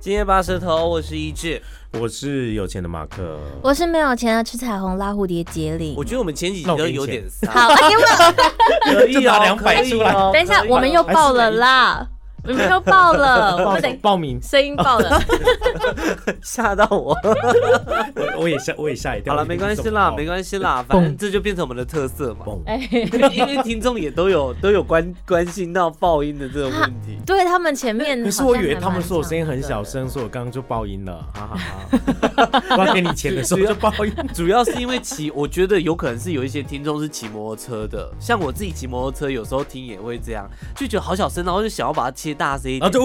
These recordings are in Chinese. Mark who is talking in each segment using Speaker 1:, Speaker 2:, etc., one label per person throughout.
Speaker 1: 今天拔舌头，我是一志。
Speaker 2: 我是有钱的马克，
Speaker 3: 我是没有钱的，吃彩虹拉蝴蝶结领
Speaker 1: 我。觉得我们前几集
Speaker 2: 那我
Speaker 1: 都
Speaker 2: 给你
Speaker 1: 有点
Speaker 3: 好，
Speaker 1: 撒，
Speaker 3: 哎我
Speaker 1: 可以
Speaker 2: 就
Speaker 1: 哦
Speaker 2: 拿200
Speaker 1: 可以哦
Speaker 2: 出来
Speaker 3: 等一下
Speaker 1: 可，以哦
Speaker 3: 我们又爆了啦！我们又爆了，我们等
Speaker 2: 报名，
Speaker 3: 声音爆了。
Speaker 1: 吓到我。
Speaker 2: 我我也吓我也吓一跳。
Speaker 1: 好 了，没关系啦，没
Speaker 2: 系。
Speaker 1: 关系啦，反正这就变成我们的特色嘛。
Speaker 2: 嘣，
Speaker 3: 哎，
Speaker 1: 因为听众也都有 都有关关心到爆音的这个问题。
Speaker 3: 对他们前面，
Speaker 2: 可是我以为他们说我声音很小。声，所以我刚刚就爆音了，哈哈哈。 我要给你钱的时候就爆 音。
Speaker 1: 主要是因为骑，我觉得有可能是有一些听众是骑摩托车的，像我自己骑摩托车，有时候听也会这样，就觉得好小声，然后就想要把它切大声一
Speaker 2: 然后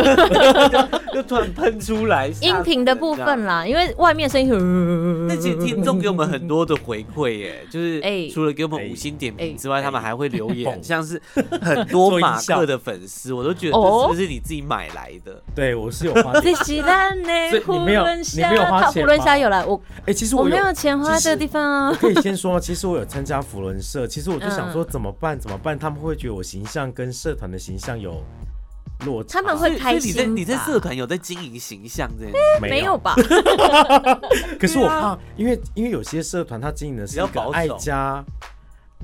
Speaker 1: 点，
Speaker 2: 就哦，
Speaker 1: 就突然喷出来。
Speaker 3: 音频的部分。啦，因为外面声音
Speaker 1: 那其实 听众给我们很多的回馈耶，就是
Speaker 3: 哎
Speaker 1: 除了给我们
Speaker 2: 哎
Speaker 1: 五星点评
Speaker 3: 哎
Speaker 1: 之外，他们还会留言，
Speaker 2: 嘣
Speaker 1: 像是很多
Speaker 2: 做音
Speaker 1: 马
Speaker 2: 效
Speaker 1: 克的粉丝，我都觉得这
Speaker 3: 哦
Speaker 1: 是不是你自己买来的？
Speaker 2: 对我是有花钱。
Speaker 3: 这是咱的
Speaker 2: 所以
Speaker 3: 呼
Speaker 2: 你没有
Speaker 3: 伦
Speaker 2: 你没有花
Speaker 3: 虾，
Speaker 2: 钱
Speaker 3: 胡伦
Speaker 2: 吗
Speaker 3: 虾有了，我
Speaker 2: 哎，其实
Speaker 3: 我
Speaker 2: 我
Speaker 3: 没有
Speaker 2: 有
Speaker 3: 钱花
Speaker 2: 其实
Speaker 3: 这个地方啊。
Speaker 2: 可以先说，其实我有参加福伦社，其实我就想说怎么办怎么办，他们会觉得我形象跟社团的形象有落差。
Speaker 3: 他们
Speaker 1: 所
Speaker 3: 会
Speaker 1: 以所以
Speaker 3: 开
Speaker 1: 你在
Speaker 3: 心吧。
Speaker 1: 你在社团有在经营形象这件事
Speaker 3: 没有吧？
Speaker 2: 可是我怕，因为因为有些社团他经营的是一
Speaker 1: 啊比
Speaker 2: 个
Speaker 1: 较保守
Speaker 2: 爱家，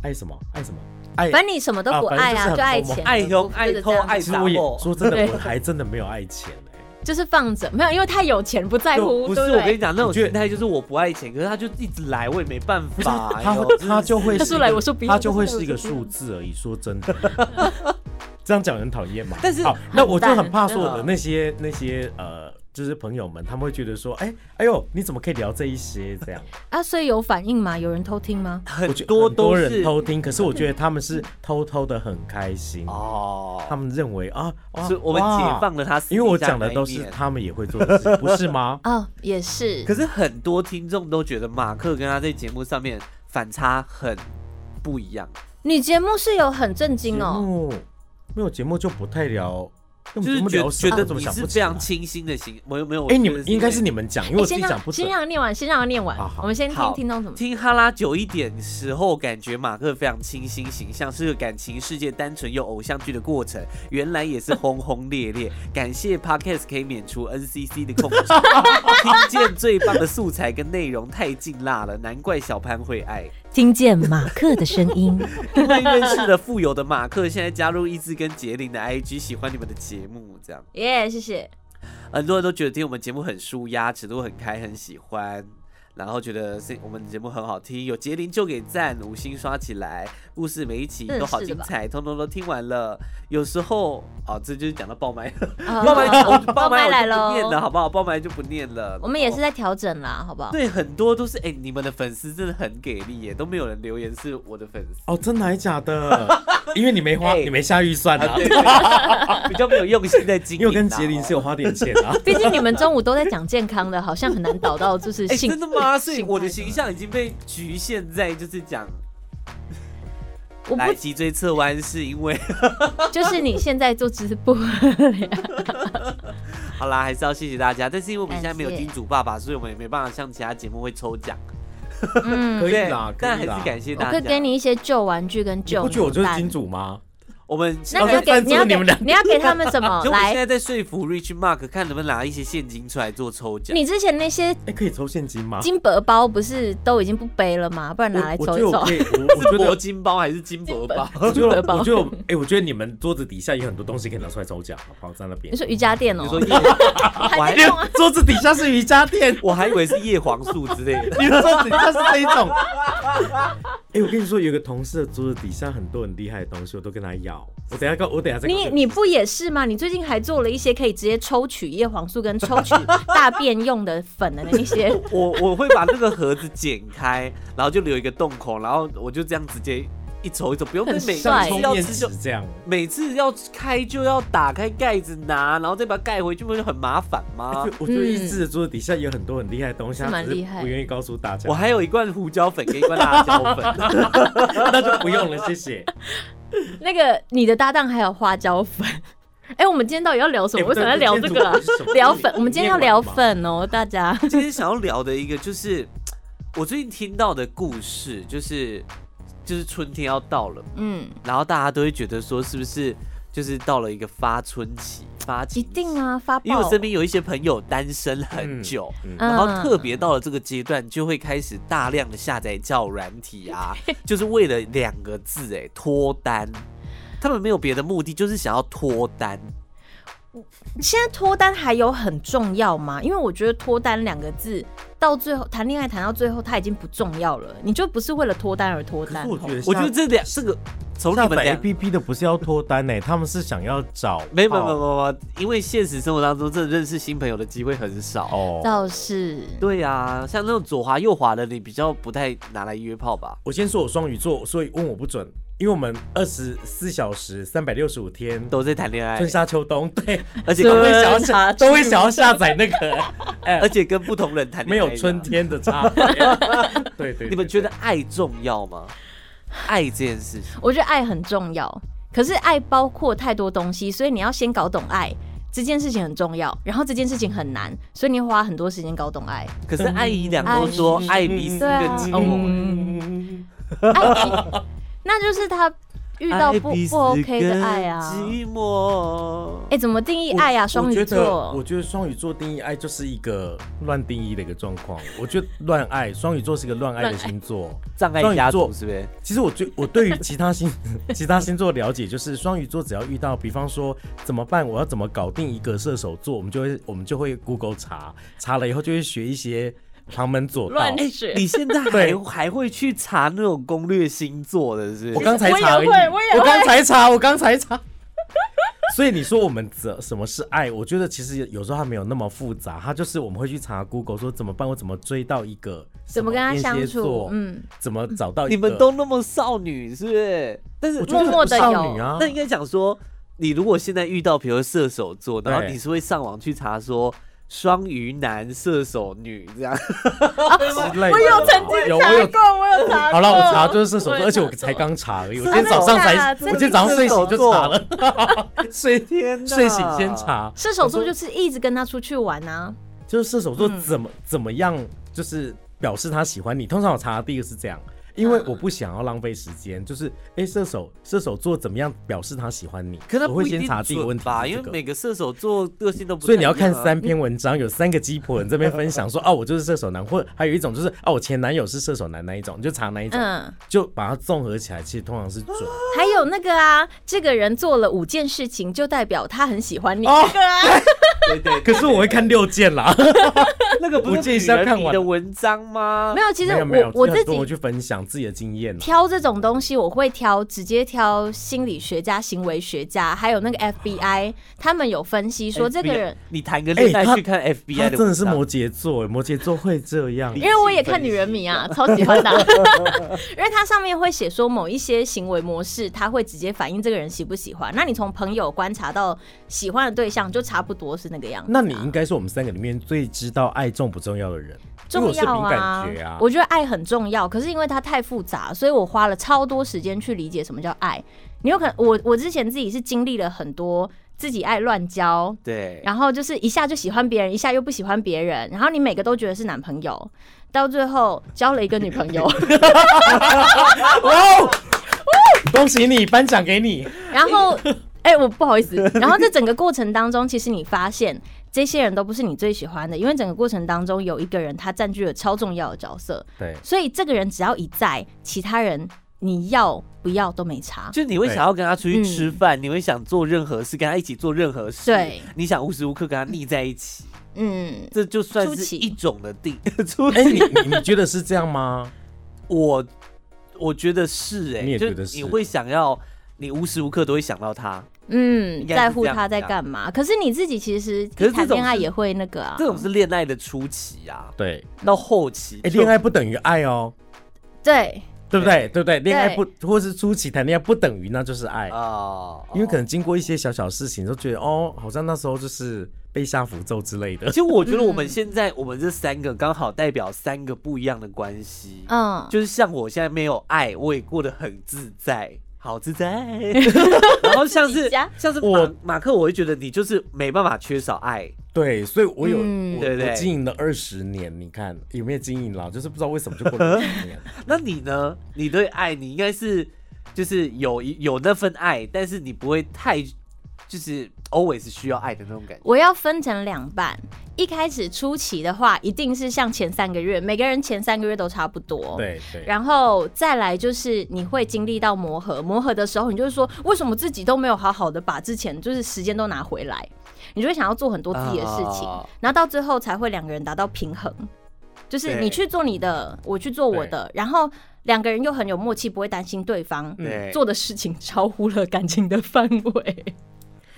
Speaker 2: 爱什么爱什么爱。
Speaker 3: 反正你什么都不爱
Speaker 2: 啊反正就是很
Speaker 3: 啊，就爱
Speaker 2: 疯
Speaker 3: 钱，
Speaker 1: 爱
Speaker 3: 就
Speaker 1: 用
Speaker 3: 是
Speaker 1: 爱
Speaker 3: 这
Speaker 1: 偷
Speaker 3: 样
Speaker 1: 爱
Speaker 2: 其
Speaker 1: 打
Speaker 2: 实我也
Speaker 1: 哦。
Speaker 2: 说真的
Speaker 3: 对，
Speaker 2: 我还真的没有爱钱哎、
Speaker 3: 就是放着，没有，因为太有钱不在乎，
Speaker 1: 不是
Speaker 3: 对
Speaker 1: 我跟你
Speaker 3: 对？
Speaker 1: 讲，那种
Speaker 2: 我觉得
Speaker 1: 心态就是我不爱钱，可是他就一直来，我也没办法。
Speaker 2: 他
Speaker 1: 哎呦
Speaker 2: 会他就会
Speaker 3: 他
Speaker 2: 是
Speaker 3: 说
Speaker 2: 一
Speaker 3: 来
Speaker 2: 个
Speaker 3: 我说不要
Speaker 2: 他就会
Speaker 3: 他说
Speaker 2: 是
Speaker 3: 来
Speaker 2: 一个
Speaker 3: 我说不要
Speaker 2: 数字而已。说真的， 这样讲很讨厌嘛。
Speaker 1: 但是
Speaker 2: 好，那我就
Speaker 3: 很淡
Speaker 2: 很怕说
Speaker 3: 真的
Speaker 2: 我的那些那些呃，就是朋友们，他们会觉得说，哎、哎呦，你怎么可以聊这一些这样？
Speaker 3: 啊，所以有反应吗？有人偷听吗？？
Speaker 1: 很
Speaker 2: 我觉得
Speaker 1: 多
Speaker 2: 很多
Speaker 1: 都是嗯
Speaker 2: 人偷听，可是我觉得他们是偷偷的很开心，
Speaker 1: 哦，
Speaker 2: 他们认为啊，哇
Speaker 1: 是我们解
Speaker 2: 哇
Speaker 1: 放了他，
Speaker 2: 因为我讲的都是。他们也会做的事，不是吗
Speaker 3: 哦，也是
Speaker 1: 可，是很多听众都觉得马克跟他在节目上面反差很不一样，
Speaker 3: 你节目是有很震
Speaker 2: 节
Speaker 3: 惊哦，
Speaker 2: 目没有节目就不太聊，就
Speaker 1: 就是觉得觉得
Speaker 2: 嗯怎么
Speaker 1: 你
Speaker 2: 想
Speaker 1: 是
Speaker 2: 不
Speaker 1: 非
Speaker 2: 起来
Speaker 1: 常。清新的型，没有没有。
Speaker 2: 哎，
Speaker 1: 我
Speaker 2: 你
Speaker 1: 觉得
Speaker 2: 们应该是
Speaker 1: 因为
Speaker 2: 你们讲，因为我自
Speaker 3: 哎先
Speaker 2: 己讲不准
Speaker 3: 让先。让他念完，先让他念完
Speaker 2: 好，好
Speaker 3: 我们先听
Speaker 1: 好
Speaker 3: 听懂怎么。
Speaker 1: 听哈拉久一点时候，感觉马克非常清新形象，是个感情世界单纯又偶像剧的过程。原来也是轰轰烈烈，感谢 Podcast 可以免除 NCC 的控 制，听见最棒的素材跟内容太劲辣了，难怪小潘会爱。
Speaker 3: 听见马克的声 音，
Speaker 1: 因为认识了富有的马克，现在加入一志跟杰林的 IG，喜欢你们的节目，这样
Speaker 3: 耶，谢谢。
Speaker 1: 很多人都觉得听我们节目很舒压，尺度很开，很喜欢。然后觉得是我们的节目很好听，有杰林就给赞，五星刷起来，故事每一集
Speaker 3: 真的
Speaker 1: 都好
Speaker 3: 嗯是的
Speaker 1: 精
Speaker 3: 吧
Speaker 1: 彩，通通都听完了。有时候哦，这就是讲到爆麦，
Speaker 3: 啊
Speaker 1: 爆麦，我爆
Speaker 3: 爆麦
Speaker 1: 麦
Speaker 3: 来
Speaker 1: 我就不念了，
Speaker 3: 喽，
Speaker 1: 好不好？爆麦就不念了。
Speaker 3: 我们也是
Speaker 1: 哦
Speaker 3: 在调整啦，好不好？
Speaker 1: 对很多都是哎，你们的粉丝真的很给力耶，都没有人留言是我的粉丝。
Speaker 2: 哦，真的还假的？ 因为你没花，
Speaker 1: 哎
Speaker 2: 你没下预算
Speaker 1: 啊
Speaker 2: 啊
Speaker 1: 对。对比较没有用心在经
Speaker 2: 因
Speaker 1: 营、啊。
Speaker 2: 为我跟杰林是有花点钱啊。
Speaker 3: 毕竟你们中午都在讲健康的，好像很难导到就是
Speaker 1: 哎、
Speaker 3: 性。呃
Speaker 1: 真的吗？所以我的
Speaker 3: 性
Speaker 1: 形象已经被局限在就是讲
Speaker 3: 爱我
Speaker 1: 来
Speaker 3: 不
Speaker 1: 脊椎侧弯，是因为
Speaker 3: 就是你现在做直播，
Speaker 1: 好啦，还是要谢谢大家。但是因为我们现在没有
Speaker 3: 感谢
Speaker 1: 金主爸爸，所以我们也没办法像其他节目会抽奖，
Speaker 3: 嗯
Speaker 2: 可，以
Speaker 1: 对
Speaker 2: 啦可以
Speaker 1: 但还是
Speaker 2: 啦
Speaker 1: 感谢
Speaker 3: 我
Speaker 1: 大
Speaker 3: 可
Speaker 1: 家。
Speaker 3: 以给你一些旧玩具跟
Speaker 2: 你
Speaker 3: 旧
Speaker 2: 不觉得我
Speaker 3: 扭
Speaker 2: 就是
Speaker 3: 蛋
Speaker 2: 金主吗？
Speaker 1: 我们
Speaker 3: 那你要
Speaker 2: 要
Speaker 3: 给
Speaker 2: 赞助
Speaker 3: 你要
Speaker 2: 你们
Speaker 3: 给
Speaker 2: 俩
Speaker 3: 你要给他们什 么
Speaker 1: 所？以我们现在
Speaker 3: 来，
Speaker 1: 在说服 Rich Mark 看能不能拿一些现金出来做抽奖。
Speaker 3: 你之前那些
Speaker 2: 哎，可以抽现金
Speaker 1: 啊
Speaker 2: 吗？
Speaker 3: 金箔包不是都已经不背了吗？不然
Speaker 2: 我
Speaker 3: 拿来
Speaker 2: 我
Speaker 3: 抽
Speaker 2: 觉
Speaker 3: 一
Speaker 2: 得
Speaker 3: 抽
Speaker 2: 我。可以，我我
Speaker 1: 是
Speaker 2: 觉
Speaker 1: 铂
Speaker 2: 得。
Speaker 1: 金包还是金箔包？
Speaker 2: 我觉
Speaker 3: 金
Speaker 2: 得
Speaker 3: 箔，包
Speaker 2: 我觉得我，哎、我觉得你们桌子底下有很多东西可以拿出来抽奖，好不好？在那边哎
Speaker 3: 你，说瑜伽垫哦
Speaker 1: 你，说叶，我还
Speaker 3: 还在用啊
Speaker 2: 桌子底下是瑜伽垫，
Speaker 1: 我还以为是叶黄素之类的。
Speaker 2: 你的桌子底下是这一种。 哎、我跟你说，有一个同事的桌子底下很多很厉害的东西，我都跟他要。我等一下告，我等一下再告
Speaker 3: 你你不也是吗？你最近还做了一些可以直接抽取叶黄素跟抽取大便用的粉的那 一些，
Speaker 1: 我我会把那个盒子剪开，然后就留一个洞口，然后我就这样直接一抽一抽，不用每
Speaker 3: 很
Speaker 1: 次
Speaker 3: 帅
Speaker 1: 要
Speaker 2: 抽面
Speaker 1: 吃
Speaker 2: 纸
Speaker 1: 就
Speaker 2: 这样。
Speaker 1: 每次要开就要打开盖子拿，然后再把它盖回去，不就很麻烦吗
Speaker 2: 就？我就一直的桌子底下有很多很厉害的东西，
Speaker 3: 啊嗯是蛮
Speaker 2: 他只
Speaker 3: 厉害
Speaker 2: 不愿意告诉大家。
Speaker 1: 我还有一罐胡椒粉跟一罐辣椒粉，
Speaker 2: 那就不用了，谢 谢。哎
Speaker 3: 那个你的搭档还有花椒粉。 哎，我们今天到底要聊什么？
Speaker 2: 哎
Speaker 3: 为什 么要聊这个啊？？ 聊粉，我们今天要聊。粉哦，大家。
Speaker 1: 今天想要聊的一个就是我最近听到的故事，就是就是春天要到了，
Speaker 3: 嗯，
Speaker 1: 然后大家都会觉得说是不是就是到了一个发春期，发
Speaker 3: 一
Speaker 1: 情，
Speaker 3: 定啊，发
Speaker 1: 因为我
Speaker 3: 爆。
Speaker 1: 身边有一些朋友单身很久，
Speaker 2: 嗯
Speaker 3: 嗯
Speaker 1: 然后特别到了这个阶段，就会开始大量的下载叫软体啊，就是为了两个字哎脱单，他们没有别的目的，就是想要脱单。
Speaker 3: 现在脱单还有很重要吗？因为我觉得脱单两个字到最后谈恋爱谈到最后，它已经不重要了，你就不是为了脱单而脱
Speaker 2: 可
Speaker 3: 单
Speaker 2: 是我
Speaker 3: 哦。
Speaker 2: 觉得下，
Speaker 1: 我觉得这两这个从
Speaker 2: 下
Speaker 1: 你们
Speaker 2: 载
Speaker 1: 两
Speaker 2: A P P 的不是要脱单呢、他们是想要找
Speaker 1: 没没没
Speaker 2: 炮
Speaker 1: 没没，因为现实生活当中真的认识新朋友的机会很少。
Speaker 2: 哦。
Speaker 3: 倒是
Speaker 1: 对啊，像那种左滑右滑的，你比较不太拿来约炮吧？
Speaker 2: 我先说我双鱼座，所以问我不准，因为我们二十四小时、三百六十五天。
Speaker 1: 都在谈恋爱
Speaker 2: 春，夏秋冬，对，
Speaker 1: 而且
Speaker 2: 都会
Speaker 1: 跟
Speaker 3: 春
Speaker 2: 想要
Speaker 3: 夏
Speaker 2: 下，
Speaker 3: 秋
Speaker 2: 都会想要下载那个， 哎、
Speaker 1: 而且跟不同人谈
Speaker 2: 没
Speaker 1: 恋爱，啊
Speaker 2: 有春。天的差别。 对对对
Speaker 1: 你们觉得爱重要吗？爱这件事情，
Speaker 3: 我觉得爱很重要，可是爱包括太多东西，所以你要先搞懂爱这件事情很重要，然后这件事情很难，所以你要花很多时间搞懂爱。
Speaker 1: 可是爱姨两都说
Speaker 2: 嗯
Speaker 1: 爱比斯更寂寞，
Speaker 3: 嗯爱，那就是他遇到不
Speaker 1: 比斯
Speaker 3: 不 OK 的爱啊。
Speaker 1: 更寂寞。
Speaker 3: 哎、怎么定义爱啊？
Speaker 2: 我
Speaker 3: 双鱼
Speaker 2: 我觉得，我
Speaker 3: 座，
Speaker 2: 觉得双鱼座定义爱就是一个乱定义的一个状况。我觉得乱爱，双鱼座是一个乱爱的星 座。
Speaker 1: 障碍家族是不是？
Speaker 2: 其实我对我对于其他星 其他星座了解，就是双鱼座只要遇到，比方说怎么办，我要怎么搞定一个射手座，我们就会我们就会 Google 查，查了以后就会学一些旁门左道。
Speaker 1: 哎
Speaker 3: 学
Speaker 1: 你现在还
Speaker 2: 对
Speaker 1: 还会去查那种攻略星座的，是不
Speaker 2: 我
Speaker 1: 是？
Speaker 2: 刚才
Speaker 3: 我也
Speaker 2: 查而已，
Speaker 3: 会我也会
Speaker 2: 刚才查，我刚才查。 所以你说我们怎什么是爱？我觉得其实有时候它没有那么复杂，它就是我们会去查 Google 说怎么办，我怎么追到一个
Speaker 3: 怎么跟他相
Speaker 2: 天蝎
Speaker 3: 处
Speaker 2: 座？
Speaker 3: 嗯，
Speaker 2: 怎么找到一个
Speaker 1: 你们都那么少女，是不是？但是
Speaker 2: 我觉得
Speaker 3: 默默地
Speaker 2: 很
Speaker 3: 有
Speaker 2: 少女啊
Speaker 1: 那，应该讲说，你如果现在遇到比如射手座，然后
Speaker 2: 对
Speaker 1: 你是会上网去查说双鱼男、射手女这样，
Speaker 2: 之类的
Speaker 3: 我有曾经
Speaker 2: 有
Speaker 3: 查
Speaker 2: 我有嗯
Speaker 3: 过，我有查过。
Speaker 2: 好了，我查就是射手
Speaker 3: 我
Speaker 2: 座，
Speaker 3: 也
Speaker 2: 而且我
Speaker 3: 查
Speaker 2: 才
Speaker 3: 过
Speaker 2: 刚查而已，我
Speaker 1: 真
Speaker 2: 今天
Speaker 1: 的
Speaker 2: 早上才
Speaker 3: 假，的
Speaker 2: 我今天早上睡醒就查了， 睡
Speaker 1: 天哪
Speaker 2: 睡醒先查，
Speaker 3: 射手座就是一直跟他出去玩啊，
Speaker 2: 就是射手座
Speaker 1: 嗯
Speaker 2: 怎么、怎么样，就是表示他喜欢你。通常我查的第一个是这样，因
Speaker 1: 嗯
Speaker 2: 为我不想要浪费时间，就是哎、射手射手座怎么样表示他喜欢你，
Speaker 1: 可是
Speaker 2: 我
Speaker 1: 不
Speaker 2: 会
Speaker 1: 一
Speaker 2: 先
Speaker 1: 定
Speaker 2: 查第一个
Speaker 1: 准
Speaker 2: 问题
Speaker 1: 吧，
Speaker 2: 是
Speaker 1: 因
Speaker 2: 这
Speaker 1: 为
Speaker 2: 个
Speaker 1: 每个射手座个性都不、
Speaker 2: 所以你要看三，篇文章，有三个鸡婆人这边分享说，哦，我就是射手男， 或还有一种就是，哦，我前男友是射手男那一种，你就查那一种，
Speaker 3: 嗯。
Speaker 2: 就把它综合起来，其实通常是准。
Speaker 3: 还有那个啊，这个人做了五件事情，就代表他很喜欢你。
Speaker 2: 哦
Speaker 3: 这个啊，
Speaker 1: 对对，
Speaker 2: 可是我会看六件啦，
Speaker 1: 那个不
Speaker 2: 我
Speaker 1: 是
Speaker 2: 建议
Speaker 1: 女
Speaker 2: 是要看
Speaker 1: 人你
Speaker 2: 完
Speaker 1: 的文章吗
Speaker 3: 没？有，其实
Speaker 2: 没有没有
Speaker 3: 我，我
Speaker 2: 这
Speaker 3: 自
Speaker 2: 很多我
Speaker 3: 己
Speaker 2: 去分享自己的经验啦。
Speaker 3: 挑这种东西，我会挑直接挑心理学家、行为学家，还有那个 FBI，他们有分析说这个
Speaker 1: FBI
Speaker 3: 人，
Speaker 1: 哎你谈个恋爱
Speaker 2: 哎他
Speaker 1: 去看 FBI
Speaker 2: 他
Speaker 1: 的，
Speaker 2: 真的是摩，羯座，欸摩羯座会这样
Speaker 1: 理
Speaker 3: 因为我也看女人迷啊，超喜 欢的，因为它上面会写说某一些行为模式，它会直接反映这个人喜不喜欢。那你从朋友观察到喜欢的对象，就差不多是那个样子啊、
Speaker 2: 那你应该是我们三个里面最知道爱重不重要的人，因为
Speaker 3: 重
Speaker 2: 我是
Speaker 3: 要
Speaker 2: 凭
Speaker 3: 啊
Speaker 2: 感觉啊。
Speaker 3: 我觉得爱很重要，可是因为它太复杂，所以我花了超多时间去理解什么叫爱。你有可能，我我之前自己是经历了很多自己爱乱交，
Speaker 1: 对，
Speaker 3: 然后就是一下就喜欢别人，一下又不喜欢别人，然后你每个都觉得是男朋友，到最后交了一个女朋友，
Speaker 2: 哇哦，恭喜你，颁奖给你。
Speaker 3: 然后。哎、我不好意思。然后在整个过程当中，其实你发现这些人都不是你最喜欢的，因为整个过程当中有一个人他占据了超重要的角色，
Speaker 2: 对，
Speaker 3: 所以这个人只要一在，其他人你要不要都没差。
Speaker 1: 就你会
Speaker 2: 对
Speaker 1: 想要跟他出去
Speaker 3: 嗯
Speaker 1: 吃饭，你会想做任何事，跟他一起做任何事，
Speaker 3: 对，
Speaker 1: 你想无时无刻跟他腻在一起，
Speaker 3: 嗯，
Speaker 1: 这就算
Speaker 3: 出
Speaker 1: 是
Speaker 3: 奇
Speaker 1: 一种的定出
Speaker 2: 哎、你你你觉得是这样吗？
Speaker 1: 我我觉得是哎、
Speaker 2: 你也
Speaker 1: 就
Speaker 2: 觉得是
Speaker 1: 你会想要，你无时无刻都会想到他。
Speaker 3: 嗯，
Speaker 1: 应该是
Speaker 3: 在乎
Speaker 1: 这样
Speaker 3: 他在干嘛？可是你自己其实
Speaker 1: 可是这
Speaker 3: 谈
Speaker 1: 种
Speaker 3: 恋爱
Speaker 1: 是
Speaker 3: 也会那个啊
Speaker 1: 这，种是恋爱的初期啊，
Speaker 2: 对，
Speaker 1: 到后期
Speaker 2: 哎、
Speaker 1: 就
Speaker 2: 恋爱不等于爱哦，
Speaker 3: 对，
Speaker 2: 对不对？对不对？恋爱不，或是初期谈恋爱不等于那就是爱，
Speaker 1: 啊，
Speaker 2: 因为可能经过一些小小事情，就觉得哦，好像那时候就是被下符咒之类的
Speaker 1: 其。实我觉
Speaker 3: 嗯
Speaker 1: 得我们现在我们这三个刚好代表三个不一样的关系，
Speaker 3: 嗯，
Speaker 1: 就是像我现在没有爱，我也过得很自在。好自 在，然后像
Speaker 3: 自己
Speaker 1: 是
Speaker 3: 家
Speaker 1: 像是
Speaker 2: 我
Speaker 1: 马马克，我会觉得你就是没办法缺少爱，
Speaker 2: 对，所以我有、
Speaker 3: 嗯
Speaker 2: 我
Speaker 1: 对对
Speaker 2: 我经营了二十年，你看有没有经营啦？就是不知道为什么就过了二十年。
Speaker 1: 那你呢？你对爱，你应该是就是有一有那份爱，但是你不会太就是 always 需要爱的那种感觉。
Speaker 3: 我要分成两半。一开始初期的话，一定是像前三个月，每个人前三个月都差不多。。
Speaker 2: 对对，
Speaker 3: 然后再来就是你会经历到磨合，磨合的时候，你就会说，为什么自己都没有好好的把之前就是时间都拿回来，你就会想要做很多自己的事情，
Speaker 1: 啊
Speaker 3: 然后到最后才会两个人达到平衡，就是
Speaker 1: 对
Speaker 3: 你去做你的，我去做我的，然后两个人又很有默契，不会担心对方
Speaker 2: 嗯
Speaker 1: 对，
Speaker 3: 做的事情超乎了感情的范围，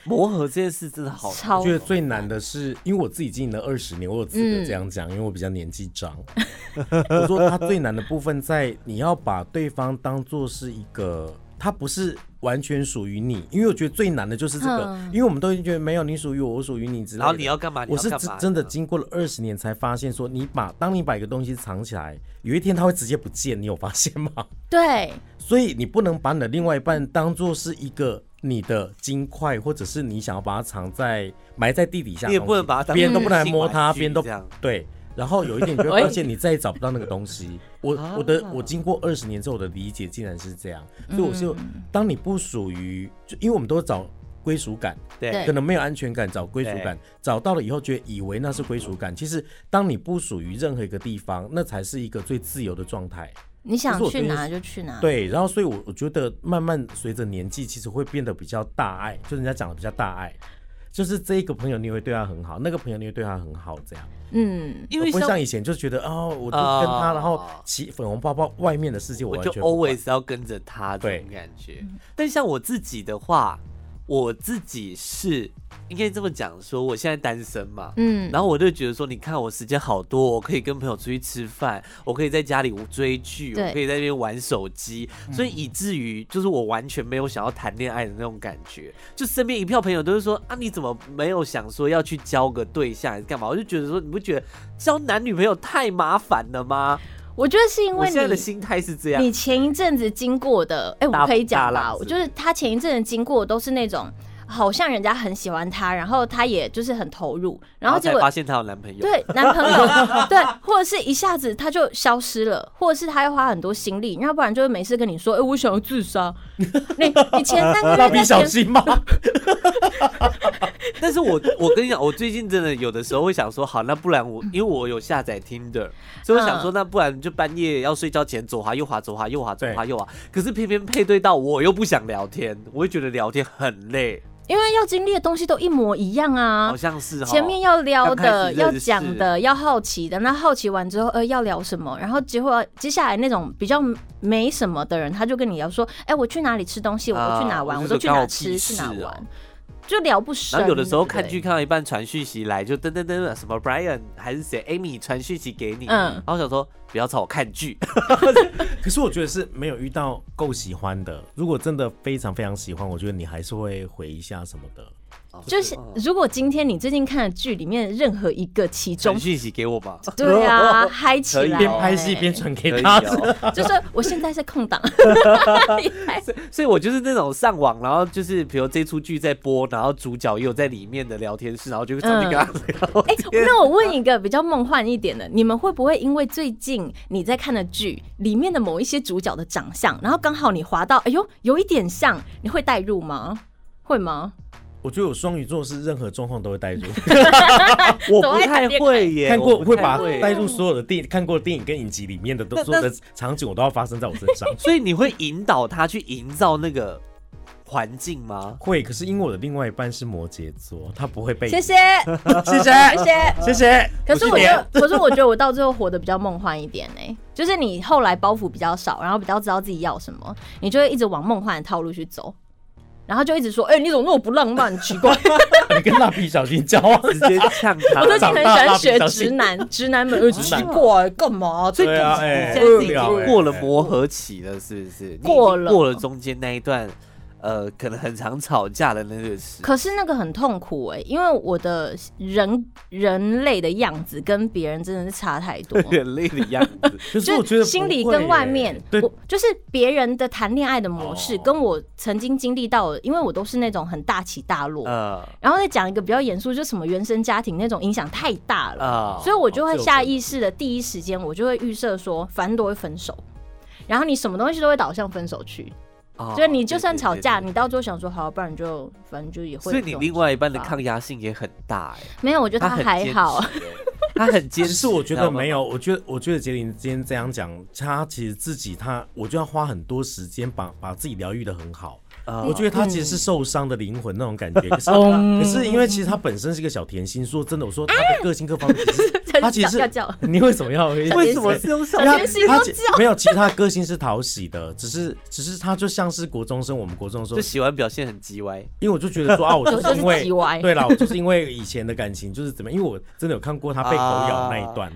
Speaker 1: 磨合这件事真的好难
Speaker 3: 超
Speaker 2: 我觉得最难的是，因为我自己经营了二十年，我有资格这样讲，因为我比较年纪长。 我说他最难的部分在你要把对方当做是一个，他不是完全属于你，因为我觉得最难的就是这个，
Speaker 3: 嗯
Speaker 2: 因为我们都已经觉得没有你属于我，我属于你之类的。
Speaker 1: 然后你要干嘛？你
Speaker 2: 我
Speaker 1: 要
Speaker 2: 是
Speaker 1: 干
Speaker 2: 真
Speaker 1: 嘛
Speaker 2: 真的
Speaker 1: 这样
Speaker 2: 经过了二十年才发现，说你把当你把一个东西藏起来，有一天它会直接不见，你有发现吗？
Speaker 3: 对，
Speaker 2: 所以你不能把你的另外一半当做是一个你的金块，或者是你想要把它藏在埋在地底下的东
Speaker 1: 你
Speaker 2: 西，
Speaker 1: 也不能把它当嗯
Speaker 2: 别人都不能来
Speaker 1: 成
Speaker 2: 摸它，
Speaker 1: 性玩具
Speaker 2: 别人都
Speaker 1: 这样
Speaker 2: 对。然后有一点，你就会发现你再也找不到那个 东西。我
Speaker 1: 啊
Speaker 2: 我的我经过二十年之后，我的理解竟然是这样。所以
Speaker 3: 嗯
Speaker 2: 我就当你不属于，就因为我们都找归属感，
Speaker 1: 对
Speaker 3: 对
Speaker 2: 可能没有安全感，找归属
Speaker 1: 哎
Speaker 2: 感，找到了以后觉得以为那是归属感。其实当你不属于任何一个地方，那才是一个最自由的状态。
Speaker 3: 你想
Speaker 2: 可是我
Speaker 3: 去
Speaker 2: 觉得
Speaker 3: 哪就去哪，
Speaker 2: 对，然后所以，我我觉得慢慢随着年纪，其实会变得比较大爱，就人家讲的比较大爱，就是这一个朋友你会对他很好，那个朋友你会对他很好，这样，
Speaker 3: 嗯，
Speaker 1: 因为
Speaker 2: 不会
Speaker 1: 像
Speaker 2: 像以前就觉得哦，我就跟他，
Speaker 1: 啊
Speaker 2: 然后起粉红泡泡，外面的世界我
Speaker 1: 我
Speaker 2: 完
Speaker 1: 就
Speaker 2: 全不管
Speaker 1: always 要跟着他这种
Speaker 2: 对
Speaker 1: 感觉。
Speaker 3: 嗯
Speaker 1: 但像我自己的话，我自己是应该这么讲说，我现在单身嘛，
Speaker 3: 嗯，
Speaker 1: 然后我就觉得说，你看我时间好多，我可以跟朋友出去吃饭，我可以在家里追剧，
Speaker 3: 对
Speaker 1: 我可以在那边玩手机，
Speaker 2: 嗯
Speaker 1: 所以以至于就是我完全没有想要谈恋爱的那种感觉。就身边一票朋友都是说啊，你怎么没有想说要去交个对象还是干嘛？我就觉得说，你不觉得交男女朋友太麻烦了吗？
Speaker 3: 我觉得是因
Speaker 1: 我
Speaker 3: 为
Speaker 1: 现在的
Speaker 3: 你。
Speaker 1: 心态是这样。
Speaker 3: 你前一阵子经过的，哎、
Speaker 1: 大
Speaker 3: 我可以讲
Speaker 1: 大
Speaker 3: 吧，
Speaker 1: 浪子
Speaker 3: 就是他前一阵子经过的都是那种，好像人家很喜欢他，然后他也就是很投入，然后结
Speaker 1: 才
Speaker 3: 果
Speaker 1: 发现她有男朋友。
Speaker 3: 对男朋友 对，或者是一下子他就消失了，或者是他要花很多心力，要不然就是没事跟你说，哎、我想要自杀。你你前三 个
Speaker 2: 蜡
Speaker 3: 月
Speaker 2: 笔
Speaker 3: 在
Speaker 2: 小
Speaker 3: 前
Speaker 2: 新吗？
Speaker 1: 但是我我跟你讲，我最近真的有的时候会想说，好，那不然
Speaker 3: 嗯
Speaker 1: 我因为我有下载 Tinder，所以我想说，那不然就半夜要睡觉前左滑右滑左滑右滑左滑右滑。可是偏偏配对到我又不想聊天，我会觉得聊天很累，
Speaker 3: 因为要经历的东西都一模一样啊
Speaker 1: 好。像是哈
Speaker 3: 前面要聊
Speaker 1: 刚开
Speaker 3: 的、
Speaker 1: 始
Speaker 3: 要
Speaker 1: 认识
Speaker 3: 讲的、要好奇的，那好奇完之后，呃，要聊什么？然后结果接下来那种比较没什么的人，他就跟你聊说，哎、我去哪里吃东西，我
Speaker 1: 啊
Speaker 3: 去哪玩，
Speaker 1: 我
Speaker 3: 我
Speaker 1: 就说
Speaker 3: 都去
Speaker 1: 干
Speaker 3: 哪
Speaker 1: 我
Speaker 3: 吃，
Speaker 1: 屁
Speaker 3: 去哪
Speaker 1: 事哦
Speaker 3: 玩，就聊不深。
Speaker 1: 然后有的时候看
Speaker 3: 对
Speaker 1: 剧看到一半传讯息来，就噔噔噔什么 Brian 还是谁 Amy 传讯息给你，
Speaker 3: 嗯
Speaker 1: 然后想说不要吵我看剧，
Speaker 2: 可是我觉得是没有遇到够喜欢的。如果真的非常非常喜欢，我觉得你还是会回一下什么的。
Speaker 3: 就是
Speaker 1: 哦
Speaker 3: 如果今天你最近看的剧里面任何一个其中
Speaker 1: 传，讯息给我吧，
Speaker 3: 对啊，嗨 起
Speaker 1: 可以哦
Speaker 3: 来，哎
Speaker 2: 边拍戏边传
Speaker 1: 可
Speaker 2: 给
Speaker 1: 以
Speaker 2: 他，
Speaker 1: 哦
Speaker 3: 就是我现在在 空档，
Speaker 1: 所以我就是那种上网，然后就是比如这出剧在播，然后主角也有在里面的聊天室，然后就上去跟他聊。
Speaker 3: 哎、那我问一个比较梦幻一点的，你们会不会因为最近你在看的剧里面的某一些主角的长相，然后刚好你滑到，哎呦，有一点像，你会代入吗？会吗？
Speaker 2: 我觉得我双鱼座是任何状况都会带入。
Speaker 1: 我不太会耶，
Speaker 2: 看过
Speaker 1: 我不
Speaker 2: 会
Speaker 1: 太
Speaker 2: 把
Speaker 1: 会
Speaker 2: 带入所有的电看过的电影跟影集里面的都
Speaker 1: 那
Speaker 2: 所有
Speaker 1: 那。
Speaker 2: 的场景，我都要发生在我身上
Speaker 1: 所以你会引导他去营造那个环境吗？
Speaker 2: 会，可是因为我的另外一半是摩羯座，他不会被
Speaker 3: 谢谢，
Speaker 2: 谢谢
Speaker 3: 谢谢。
Speaker 2: 谢谢。
Speaker 3: 可是我
Speaker 2: 50
Speaker 3: 觉
Speaker 2: 年
Speaker 3: 得，可是我觉得我到最后活得比较梦幻一点呢、就是你后来包袱比较少，然后比较知道自己要什么，你就会一直往梦幻的套路去走，然后就一直说，哎、你怎么那么不浪漫，奇 怪。
Speaker 2: 你跟蜡笔小新交往，
Speaker 1: 直 接呛他
Speaker 3: 我。最近
Speaker 2: 长
Speaker 3: 很
Speaker 2: 大蜡笔
Speaker 3: 喜欢
Speaker 2: 小
Speaker 3: 学直
Speaker 2: 新
Speaker 3: 男，直男们呃
Speaker 2: 直
Speaker 3: 奇
Speaker 2: 男
Speaker 3: 怪，干嘛？
Speaker 1: 所以
Speaker 2: 对啊
Speaker 1: 你
Speaker 2: 哎
Speaker 1: 现在是已
Speaker 2: 无聊
Speaker 1: 经
Speaker 2: 哎
Speaker 1: 过了磨合期了，是不是？你已经
Speaker 3: 过了
Speaker 1: 过了中间那一段，呃，可能很常吵架的那个时。。
Speaker 3: 可是那个很痛苦哎、因为我的人人类的样子跟别人真的是差太多
Speaker 1: 人类的样 子，
Speaker 2: 可是我觉
Speaker 3: 就
Speaker 1: 欸
Speaker 2: 得
Speaker 3: 心里
Speaker 2: 不会
Speaker 3: 跟外面，
Speaker 2: 对
Speaker 3: 我就是别人的谈恋爱的模式，
Speaker 2: 哦
Speaker 3: 跟我曾经经历到的，因为我都是那种很大起大落。
Speaker 1: 呃
Speaker 3: 然后再讲一个比较严肃，就什么原生家庭那种影响太大了，
Speaker 1: 啊，
Speaker 3: 所以我就
Speaker 2: 哦
Speaker 3: 会
Speaker 2: 这有可
Speaker 3: 下
Speaker 2: 能
Speaker 3: 意识的第一时间，我就会预设说，反正都会分手，然后你什么东西都会导向分手去。
Speaker 1: 哦
Speaker 3: 所以你就算
Speaker 1: 对对
Speaker 3: 吵
Speaker 1: 对
Speaker 3: 架，
Speaker 1: 对
Speaker 3: 你到最后想说好，不然你就反正就也会
Speaker 1: 所
Speaker 3: 有
Speaker 1: 以
Speaker 3: 这种。
Speaker 1: 你另外一半的
Speaker 3: 吧
Speaker 1: 抗压性也很大哎、
Speaker 3: 没有，我觉得
Speaker 1: 很
Speaker 3: 还
Speaker 1: 坚
Speaker 3: 好。
Speaker 1: 持欸，他很坚
Speaker 2: 其
Speaker 1: 持。
Speaker 2: 实我觉
Speaker 1: 你知
Speaker 2: 得
Speaker 1: 道吗
Speaker 2: 没，有，我觉得我觉得杰林今天这样讲，他其实自己他，我就要花很多时间把把自己疗愈的很好。
Speaker 1: 啊
Speaker 2: 我觉得他其实是受伤的灵魂那种感觉，可 是
Speaker 3: 哦
Speaker 2: 可是因为其实他本身是一个小甜心，说真的，我说他的个性各方面其 实
Speaker 3: 真
Speaker 2: 他其实
Speaker 3: 想要
Speaker 2: 是
Speaker 3: 叫
Speaker 2: 你为什么要
Speaker 3: 小
Speaker 1: 为
Speaker 3: 甜
Speaker 1: 什么
Speaker 3: 心
Speaker 1: 是用上
Speaker 3: 小
Speaker 2: 他
Speaker 3: 甜心
Speaker 2: 他
Speaker 3: 都
Speaker 2: 其没有，其实他个性是讨喜的，只是只是他就像是国中生，我们国中的时候
Speaker 1: 就，喜欢表现很叽歪？
Speaker 2: 因为我就觉得说啊，我就
Speaker 3: 有时候
Speaker 2: 是
Speaker 3: 是
Speaker 2: 因为
Speaker 3: 叽歪
Speaker 2: 对啦，我就是因为以前的感情就是怎么样，因为我真的有看过他被狗咬那一段，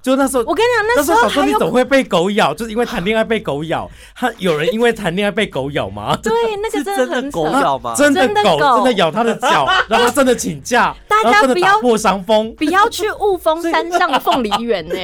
Speaker 2: 就那时候
Speaker 3: 啊我跟你讲，那
Speaker 2: 那
Speaker 3: 时
Speaker 2: 时
Speaker 3: 候
Speaker 2: 候想说
Speaker 3: 还
Speaker 2: 你
Speaker 3: 有
Speaker 2: 怎么会被狗咬？就是因为谈恋爱被狗咬，他有人因为谈恋爱被狗咬吗？
Speaker 3: 对那个
Speaker 1: 是
Speaker 3: 真的
Speaker 1: 真的
Speaker 3: 很
Speaker 1: 狗
Speaker 3: 扯
Speaker 1: 咬吗？
Speaker 2: 啊真的
Speaker 3: 真的
Speaker 2: 狗
Speaker 3: 狗
Speaker 2: 真的咬他的 脚，让他真的请假，
Speaker 3: 大家
Speaker 2: 然后真
Speaker 3: 不
Speaker 2: 的
Speaker 3: 要
Speaker 2: 打破伤风。
Speaker 3: 不要去雾峰山上的凤梨 园呢、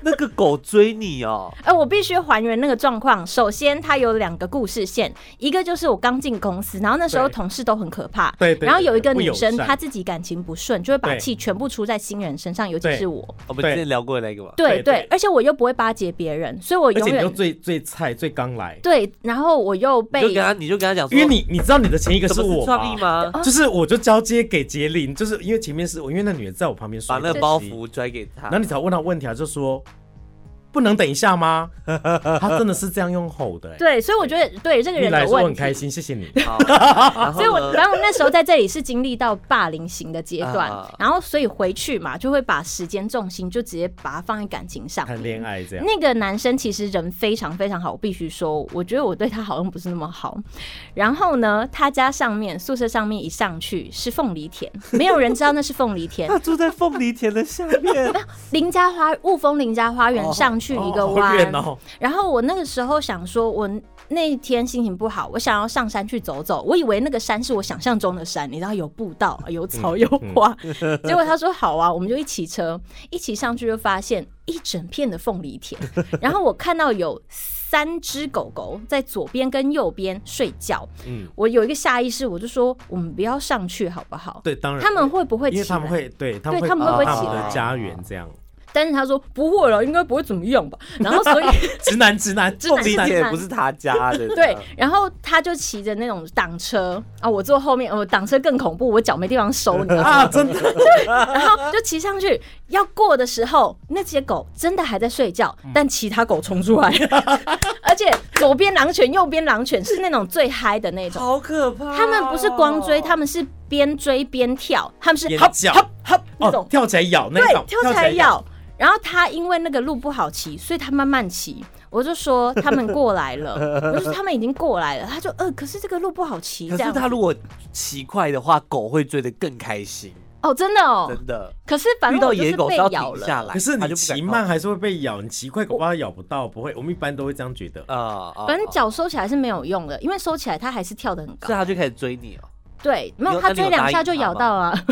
Speaker 1: 那个狗追你哦，
Speaker 3: 哎、我必须还原那个状况。首先，它有两个故事线，一个就是我刚进公司，然后那时候
Speaker 2: 对
Speaker 3: 同事都很可怕，
Speaker 2: 对对
Speaker 3: 然后有一个
Speaker 2: 对不
Speaker 3: 女
Speaker 2: 友
Speaker 3: 生，
Speaker 2: 善
Speaker 3: 她自己感情不顺，就会把
Speaker 2: 对
Speaker 3: 气全部出在新人身上，尤其
Speaker 2: 对
Speaker 3: 是我。
Speaker 1: 我们
Speaker 2: 对
Speaker 1: 之前聊过的那个嘛，
Speaker 3: 对
Speaker 2: 对
Speaker 3: 对，而且我又不会巴结别人，所以我
Speaker 2: 而
Speaker 3: 永
Speaker 2: 且你又
Speaker 3: 远
Speaker 2: 最最菜最刚来，
Speaker 3: 对，然后我又
Speaker 1: 你就
Speaker 3: 被
Speaker 1: 跟他，你就跟他讲说，
Speaker 2: 因为你你知道你的前一个
Speaker 1: 什
Speaker 2: 是
Speaker 1: 么
Speaker 2: 我
Speaker 1: 是创意
Speaker 2: 吧？
Speaker 1: 吗？
Speaker 3: 哦啊
Speaker 2: 就是我就交接给杰林，就是因为前面是我，因为那女的在我旁边说
Speaker 1: 把那个包袱拽给他
Speaker 2: 然后，你才问他问题啊，就说不能等一下吗？ 他真的是这样用吼的、欸，
Speaker 3: 对，所以我觉得对这个
Speaker 2: 你
Speaker 3: 人
Speaker 2: 来
Speaker 3: 的
Speaker 2: 说我
Speaker 3: 问
Speaker 2: 很开
Speaker 3: 题。
Speaker 2: 心，谢谢你。
Speaker 1: 好然
Speaker 3: 所以我，
Speaker 1: 后呢
Speaker 3: 然后我那时候在这里是经历到霸凌型的阶段，
Speaker 1: 啊
Speaker 3: 然后所以回去嘛，就会把时间重心就直接把它放在感情上。
Speaker 2: 谈恋爱这样，
Speaker 3: 那个男生其实人非常非常好，我必须说，我觉得我对他好像不是那么好。然后呢，他家上面宿舍上面一上去是凤梨田，没有人知道那是凤梨田。
Speaker 1: 他住在凤梨田的下 面，
Speaker 3: 林家花雾峰林家花园
Speaker 1: 哦
Speaker 3: 上去一个
Speaker 2: 哦
Speaker 3: 弯，
Speaker 2: 好远哦，
Speaker 3: 然后我那个时候想说，我那一天心情不好，我想要上山去走走。我以为那个山是我想象中的山，你知道有步 道、有
Speaker 2: 嗯
Speaker 3: 草、有花。 结果他说好啊，我们就一骑车，一骑上去就发现一整片的凤 梨田。然后我看到有三只狗狗在左边跟右边睡觉。
Speaker 2: 嗯，
Speaker 3: 我有一个下意识，我就说我们不要上去好不好？
Speaker 2: 对，当然
Speaker 3: 他们会不会起
Speaker 2: 因为他
Speaker 3: 来
Speaker 2: 们？会对他们
Speaker 3: 对他们会不会
Speaker 2: 爬
Speaker 3: 起
Speaker 2: 他们
Speaker 1: 来
Speaker 2: 的家园这样？
Speaker 3: 但是他说不会了，应该不会怎么样吧。然后所以。
Speaker 2: 直男直男
Speaker 3: 直男
Speaker 1: 凤梨田也不是他家的，
Speaker 2: 嗯
Speaker 3: 对，然后他就骑着那种挡车啊，我坐后面，我、挡车更恐怖，我脚没地方收，你知道吗？
Speaker 2: 啊，真的
Speaker 3: 然后就骑上去，要过的时候，那些狗真的还在睡觉，
Speaker 2: 嗯
Speaker 3: 但其他狗冲出来， 而且左边狼犬，右边狼犬是那种最嗨的那种，
Speaker 1: 好可怕哦。
Speaker 3: 他们不是光追，他们是边追边跳，他们是
Speaker 2: 眼
Speaker 3: 哈
Speaker 2: 角
Speaker 3: 哈哈那种
Speaker 2: 哦，，跳起来咬那
Speaker 3: 对
Speaker 2: 种，，
Speaker 3: 跳起来。咬。然后他因为那个路不好骑，所以他慢慢骑。我就说他们过来 了，我就说他们已经过来了。他就呃，可是这个路不好骑，
Speaker 1: 可
Speaker 3: 这
Speaker 1: 是
Speaker 3: 样
Speaker 1: 他如果骑快的话，狗会追得更开心，
Speaker 3: 哦，真的哦。
Speaker 1: 真的。
Speaker 3: 可是反
Speaker 1: 遇
Speaker 3: 正
Speaker 1: 到
Speaker 3: 我就
Speaker 1: 野
Speaker 3: 是
Speaker 1: 狗
Speaker 3: 被
Speaker 1: 是要
Speaker 3: 咬
Speaker 1: 停
Speaker 3: 了，
Speaker 1: 下来，
Speaker 2: 可是
Speaker 1: 它就
Speaker 2: 你
Speaker 1: 不敢
Speaker 2: 骑
Speaker 1: 靠
Speaker 2: 慢还是会被咬，你骑快恐怕咬不到，不会，我们一般都会这样觉得。
Speaker 1: 啊啊，
Speaker 3: 反正
Speaker 1: 啊
Speaker 3: 脚收起来是没有用的，因为收起来它还是跳得很
Speaker 1: 所以
Speaker 3: 高。
Speaker 1: 他就开始追你哦。
Speaker 3: 对，没有
Speaker 1: 有
Speaker 3: 它
Speaker 1: 啊那你
Speaker 3: 追
Speaker 1: 有
Speaker 3: 两
Speaker 1: 答
Speaker 3: 下
Speaker 1: 应
Speaker 3: 就
Speaker 1: 它
Speaker 3: 咬
Speaker 1: 吗
Speaker 3: 到啊。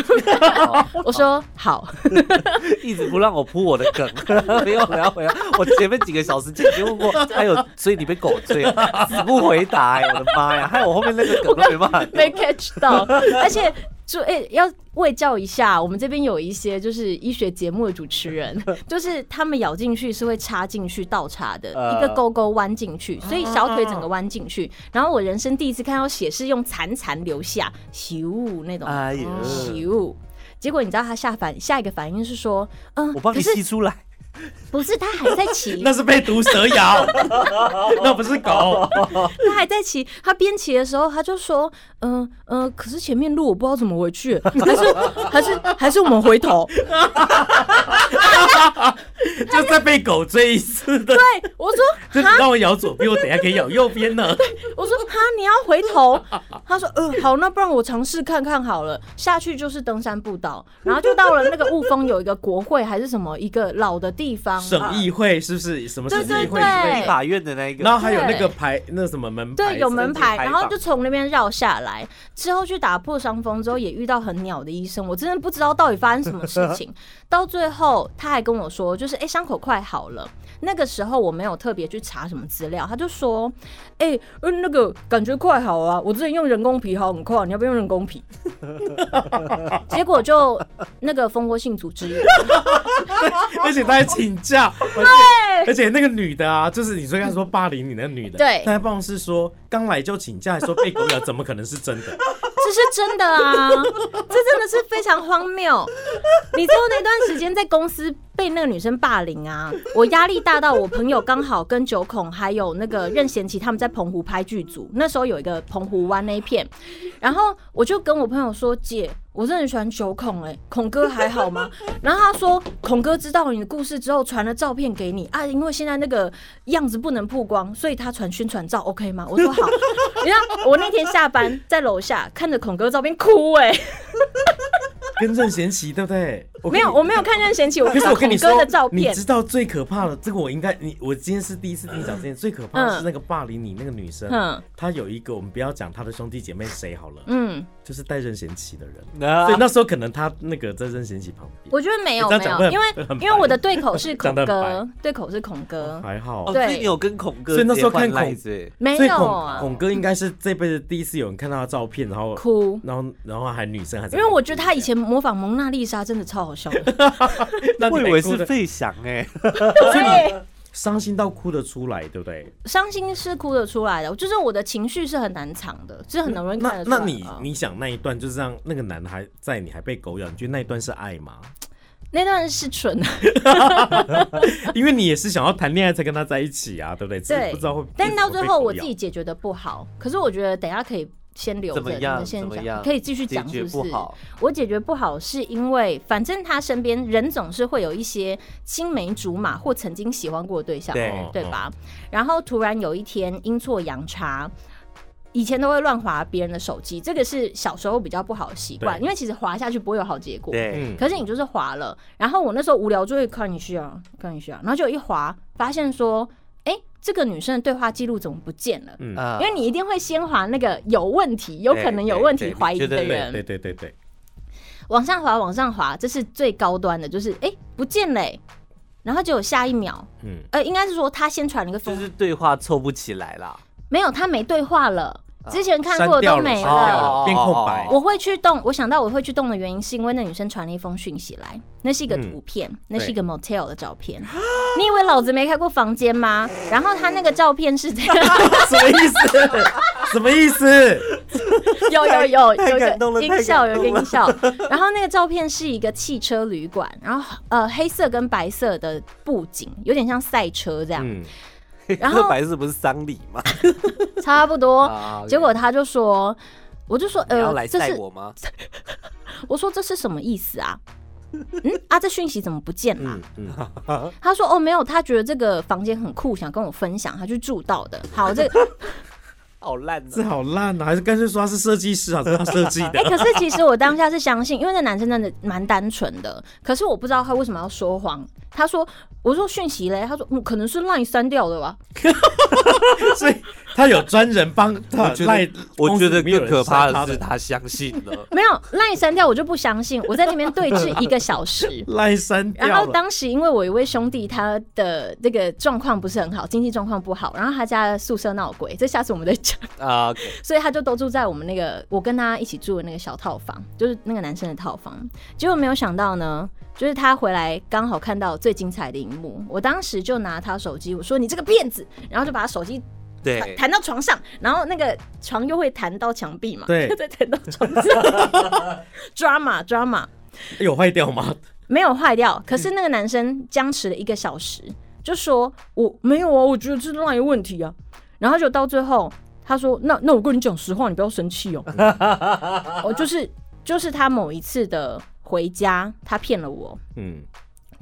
Speaker 3: 我说好，
Speaker 1: 哦 一直不让我铺我的梗， 没有，没有，没有。我前面几个小时就已经问过，还有，所以你被狗追了，死不回答、哎我的妈呀！害我后面那个梗都没办 法
Speaker 3: 没 catch 到，而且就哎、要喂教一下，我们这边有一些就是医学节目的主持 人，就是他们咬进去是会插进去倒插的，
Speaker 1: 呃哦
Speaker 3: 一个勾勾弯进去，所以小腿整个弯进去。然后我人生第一次看到血是用潺潺流下，咻那种，
Speaker 1: 哎呀，
Speaker 3: 咻。结果你知道他下反下一个反应是说，嗯、
Speaker 1: 我帮
Speaker 3: 可
Speaker 1: 你
Speaker 3: 是
Speaker 1: 吸出来，
Speaker 3: 不是他还 在骑，
Speaker 2: 那是被毒蛇 咬，那不是狗。
Speaker 3: 他还在骑，他边骑的时候，他就说：“嗯、嗯、可是前面路我不知道怎么回去， 还是还是还是我们回头。
Speaker 2: 就再被狗追一次的，”
Speaker 3: 对，啊我说
Speaker 2: 就你让我咬左边，我等一下可以咬右边 呢。：“
Speaker 3: 我说哈，你要回头？”他说：“嗯、好，那不然我尝试看看好了。”下去就是登山步道，然后就到了那个雾峰有一个国会还是什么一个老的地方，
Speaker 2: 省议会是不是什么省议会之类
Speaker 3: 啊对
Speaker 1: 立
Speaker 2: 的？
Speaker 1: 法院的那一
Speaker 2: 然
Speaker 1: 个，
Speaker 2: 后还有那个牌，那什么门牌？
Speaker 3: 对，有门牌，
Speaker 1: 牌
Speaker 3: 然
Speaker 1: 坊
Speaker 3: 后就从那边绕下来，之后去打破伤风，之后也遇到很鸟的医生，我真的不知道到底发生什么事 情。到最后他还跟我说，就是哎，诶伤、口快好了。那个时候我没有特别去查什么资料，他就说，哎、呃，那个感觉快好啊，我之前用人工皮好很快，你要不要用人 工皮？ 结果就那个蜂窝性组织炎，
Speaker 2: 而且他还请假，而且而且那个女的啊，就是你说刚才说霸凌你那个女的，
Speaker 3: 对
Speaker 2: 她在办公室说刚来就请假，还说被狗咬，怎么可能是真 的？
Speaker 3: 这是真的啊，这真的是非常荒谬。你知道那段时间在公司被那个女生霸凌啊，我压力大到我朋友刚好跟九孔还有那个任贤齐他们在澎湖拍剧组，那时候有一个澎湖湾那一片，然后我就跟我朋友说：“姐，我真的很喜欢九孔、欸，哎，孔哥还好吗？” 然后他说：“孔哥知道你的故事之后，传了照片给你啊，因为现在那个样子不能曝光，所以他传宣传照，OK 吗？”我说好。 你知道我那天下班在楼下看着孔哥照片哭、欸，哎，
Speaker 2: 跟任贤齐对不对？我跟
Speaker 3: 没有，
Speaker 2: 你
Speaker 3: 我没有看任贤齐，我
Speaker 2: 可
Speaker 3: 看
Speaker 2: 是我跟
Speaker 3: 孔
Speaker 2: 你
Speaker 3: 哥
Speaker 2: 说
Speaker 3: 的照，
Speaker 2: 你
Speaker 3: 片
Speaker 2: 知。道最可怕的，这个我应该你我今天是第一次听你讲这件，最可怕的是那个霸凌你那个女生
Speaker 3: 嗯，
Speaker 2: 她有一个我们不要讲她的兄弟姐妹谁好了，
Speaker 3: 嗯，
Speaker 2: 就是带任贤齐的人，
Speaker 1: 那
Speaker 2: 所以那时候可能她那个在任贤齐旁边，
Speaker 3: 我觉得没有
Speaker 2: 你这
Speaker 3: 没
Speaker 2: 样讲
Speaker 3: 有，
Speaker 2: 会
Speaker 3: 因为
Speaker 2: 很白
Speaker 3: 因为我的对口是 孔
Speaker 2: 讲得很
Speaker 3: 哥，对口是孔哥，
Speaker 2: 还好
Speaker 1: 哦，，
Speaker 3: 对
Speaker 1: 所以你有跟孔哥
Speaker 2: 所以那时候看
Speaker 1: 直接换
Speaker 2: 孔
Speaker 1: line 是不是
Speaker 3: 没
Speaker 2: 所以
Speaker 3: 有
Speaker 2: 孔
Speaker 3: 啊，
Speaker 2: 孔哥应该是这辈子第一次有人看到他照片，然后
Speaker 3: 哭。
Speaker 2: 然后然后还女生还是
Speaker 3: 因为我觉得他以前模仿蒙娜丽莎真的超好笑的，
Speaker 2: 那你
Speaker 1: 我
Speaker 2: 还
Speaker 1: 以为
Speaker 2: 哭
Speaker 1: 是
Speaker 2: 得
Speaker 1: 费翔哎，
Speaker 3: 对，
Speaker 2: 伤心到哭得出来，对不对？
Speaker 3: 伤心是哭得出来的，就是我的情绪是很难藏的，是很容易看
Speaker 2: 那
Speaker 3: 得出来
Speaker 2: 那
Speaker 3: 的
Speaker 2: 你
Speaker 3: 啊
Speaker 2: 你想那一段就是让那个男孩在你还被狗咬，你觉得那一段是爱吗？
Speaker 3: 那段是蠢啊的，
Speaker 2: 因为你也是想要谈恋爱才跟他在一起啊，对不对？只是
Speaker 3: 对
Speaker 2: 不知道会。
Speaker 3: 但到最后我自
Speaker 2: 会
Speaker 3: 己解决的不好，可是我觉得等一下可以先留着，
Speaker 1: 怎么
Speaker 3: 你
Speaker 1: 样
Speaker 3: 们先
Speaker 1: 怎么样
Speaker 3: 讲，可以继续
Speaker 1: 解
Speaker 3: 讲，
Speaker 1: 决
Speaker 3: 是
Speaker 1: 不
Speaker 3: 不是？
Speaker 1: 好，
Speaker 3: 我解决不好是因为，反正他身边人总是会有一些青梅竹马或曾经喜欢过的对象，
Speaker 1: 对嗯
Speaker 2: 被狗咬哦
Speaker 3: 对吧？然后突然有一天阴错阳差。以前都会乱划别人的手机，这个是小时候比较不好的习惯，
Speaker 2: 对
Speaker 3: 因为其实划下去不会有好结果。
Speaker 1: 对，
Speaker 2: 嗯，
Speaker 3: 可是你就是划了，然后我那时候无聊就会看一下，看一下，然后就一划发现说，哎、这个女生的对话记录怎么不见了？
Speaker 2: 嗯
Speaker 1: 啊
Speaker 3: 因为你一定会先划那个有问题、有可能有问
Speaker 1: 对
Speaker 3: 题
Speaker 1: 对
Speaker 3: 怀疑
Speaker 1: 你
Speaker 3: 的
Speaker 1: 觉得
Speaker 2: 对
Speaker 3: 人
Speaker 2: 对，对对 对，
Speaker 3: 往上滑，往上滑，这是最高端的，就是哎、诶不见嘞、然后结果下一秒，
Speaker 2: 嗯，
Speaker 3: 呃，应该是说他先传了一个
Speaker 1: 就
Speaker 3: 风，
Speaker 1: 是对话凑不起来啦。
Speaker 3: 没有，他没对话了，
Speaker 1: 啊
Speaker 3: 之前看过的都
Speaker 1: 哦
Speaker 2: 删
Speaker 3: 没
Speaker 2: 掉了
Speaker 3: 了。
Speaker 2: 变空白
Speaker 3: 我会去动，我想到我会去动的原因是因为那女生传了一封讯息来，那是一个
Speaker 2: 嗯
Speaker 3: 图片，那是一个 motel 的照片。 你以为老子没开过房间吗？然后他那个照片是这样，
Speaker 2: 什么意思？什 么意思？
Speaker 3: 有有有
Speaker 1: 太
Speaker 3: 有一
Speaker 1: 感动了
Speaker 3: 个音效，
Speaker 1: 太感
Speaker 3: 有
Speaker 1: 动
Speaker 3: 一个
Speaker 1: 了
Speaker 3: 音效。然后那个照片是一个汽车旅馆，然后呃黑色跟白色的布景，有点像赛车这样，
Speaker 2: 嗯，
Speaker 3: 然后
Speaker 1: 这白色不是丧礼吗？
Speaker 3: 差 不多。
Speaker 1: 啊
Speaker 3: 结果他就说，我就说
Speaker 1: 你要
Speaker 3: 呃
Speaker 1: 来
Speaker 3: 这
Speaker 1: 晒
Speaker 3: 是
Speaker 1: 我吗？
Speaker 3: 我说这是什么意 思啊？嗯啊，这讯息怎么不见了、
Speaker 2: 嗯嗯，
Speaker 3: 他说哦没有，他觉得这个房间很酷，想跟我分享，他去住到的。好，这个
Speaker 1: 好烂
Speaker 2: 这
Speaker 1: 啊！
Speaker 2: 好烂啊！还是干脆说他是设计师啊，是他设计的。
Speaker 3: 哎、 可是其实我当下是相信，因为那男生真的蛮单纯的，可是我不知道他为什么要说谎。他说我说讯息嘞，他说嗯可能是让你删掉的吧。
Speaker 2: 所以他有专人帮他
Speaker 1: 我觉得
Speaker 2: 赖
Speaker 1: 我
Speaker 2: 公
Speaker 1: 觉
Speaker 2: 司
Speaker 1: 得
Speaker 2: 里面有
Speaker 1: 更
Speaker 2: 人
Speaker 1: 可怕的
Speaker 2: 删
Speaker 1: 是，
Speaker 2: 他。
Speaker 1: 他相信了。
Speaker 3: 没有，赖删掉我就不相信，我在那边对峙一个小时
Speaker 2: 赖删掉了。
Speaker 3: 然后当时因为我一位兄弟他的那个状况不是很好，经济状况不好，然后他家宿舍闹鬼，这下次我们再讲。
Speaker 1: 啊，OK，
Speaker 3: 所以他就都住在我们那个我跟他一起住的那个小套房，就是那个男生的套房。结果没有想到呢，就是他回来刚好看到最精彩的一幕，我当时就拿他手机，我说你这个骗子，然后就把他手机弹
Speaker 1: 对，
Speaker 3: 弹到床上，然后那个床又会弹到墙壁嘛，
Speaker 2: 对
Speaker 3: 再弹到床上，drama drama
Speaker 2: 有坏掉吗？
Speaker 3: 没有坏掉，可是那个男生僵持了一个小时，就说我没有啊，我觉得这是那有问题啊，然后就到最后他说那那我跟你讲实话，你不要生气哦，我就是就是他某一次的回家，他骗了我，
Speaker 2: 嗯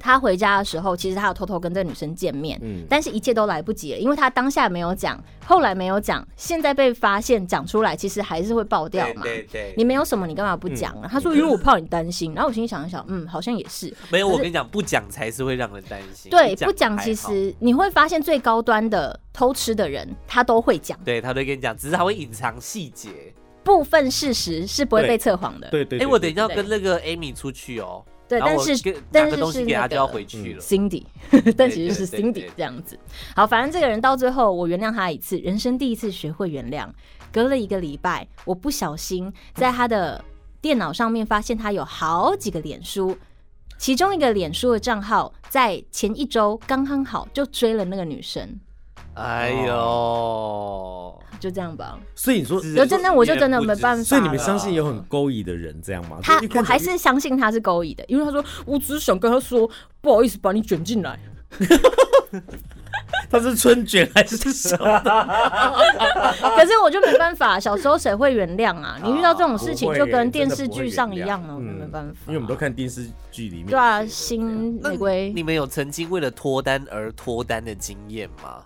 Speaker 3: 他回家的时候其实他有偷偷跟这个女生见面。
Speaker 2: 嗯，
Speaker 3: 但是一切都来不及了，因为他当下没有讲，后来没有讲，现在被发现讲出来，其实还是会爆掉嘛。
Speaker 1: 对对
Speaker 3: 你
Speaker 1: 对，
Speaker 3: 没有什么，你干嘛不讲啊？他说因为我怕你担心，然后我心里想一想，嗯，好像也是。
Speaker 1: 没有，我
Speaker 3: 可是
Speaker 1: 跟你讲，不讲才是会让人担心。
Speaker 3: 对，不讲
Speaker 1: 还
Speaker 3: 其
Speaker 1: 好，
Speaker 3: 实你会发现最高端的偷吃的人，他都会讲，
Speaker 1: 对他都会跟你讲，只是他会隐藏细节。
Speaker 3: 部分事实是不会
Speaker 2: 对
Speaker 3: 被测谎的。
Speaker 2: 对对。
Speaker 1: 哎，
Speaker 2: 对
Speaker 1: 我等一下要
Speaker 3: 对
Speaker 1: 跟那个 Amy 出去哦，
Speaker 3: 对，
Speaker 1: 然后
Speaker 3: 但
Speaker 1: 我
Speaker 3: 是
Speaker 1: 给拿
Speaker 3: 但
Speaker 1: 个
Speaker 3: 是
Speaker 1: 东
Speaker 3: 是
Speaker 1: 西给
Speaker 3: 那
Speaker 1: 他
Speaker 3: 个
Speaker 1: 就要回
Speaker 2: 嗯
Speaker 1: 去了。
Speaker 3: Cindy，但 其实是
Speaker 1: 对对对
Speaker 3: Cindy 这样子。好，反正这个人到最后，我原谅他一次，人生第一次学会原谅。隔了一个礼拜，我不小心在他的电脑上面发现他有好几个脸书，其中一个脸书的账号在前一周刚刚好就追了那个女生，
Speaker 1: 哎
Speaker 2: 哦
Speaker 1: 呦，
Speaker 3: 就这样吧。
Speaker 2: 所以你说，
Speaker 1: 是
Speaker 3: 有真的我就真的没办法
Speaker 2: 所以你们相信有很勾引的人这样吗？
Speaker 3: 他
Speaker 2: 就一看
Speaker 3: 我还
Speaker 2: 就是
Speaker 3: 相信他是勾引的，因为他说我只是想跟他说不好意思把你卷进来，
Speaker 2: 他是春卷还是什么？啊
Speaker 3: 可是我就没办法，小时候谁会原谅啊？你遇到这种事情
Speaker 2: 不会
Speaker 3: 就跟
Speaker 2: 真
Speaker 3: 电
Speaker 2: 的
Speaker 3: 视
Speaker 2: 不会
Speaker 3: 剧
Speaker 2: 原
Speaker 3: 上一
Speaker 2: 谅
Speaker 3: 样了，我就
Speaker 2: 嗯
Speaker 3: 没办法。
Speaker 2: 因为我们都看电视剧里面，
Speaker 3: 对啊，新
Speaker 1: 那
Speaker 3: 玫瑰
Speaker 1: 你们有曾经为了脱单而脱单的经验吗？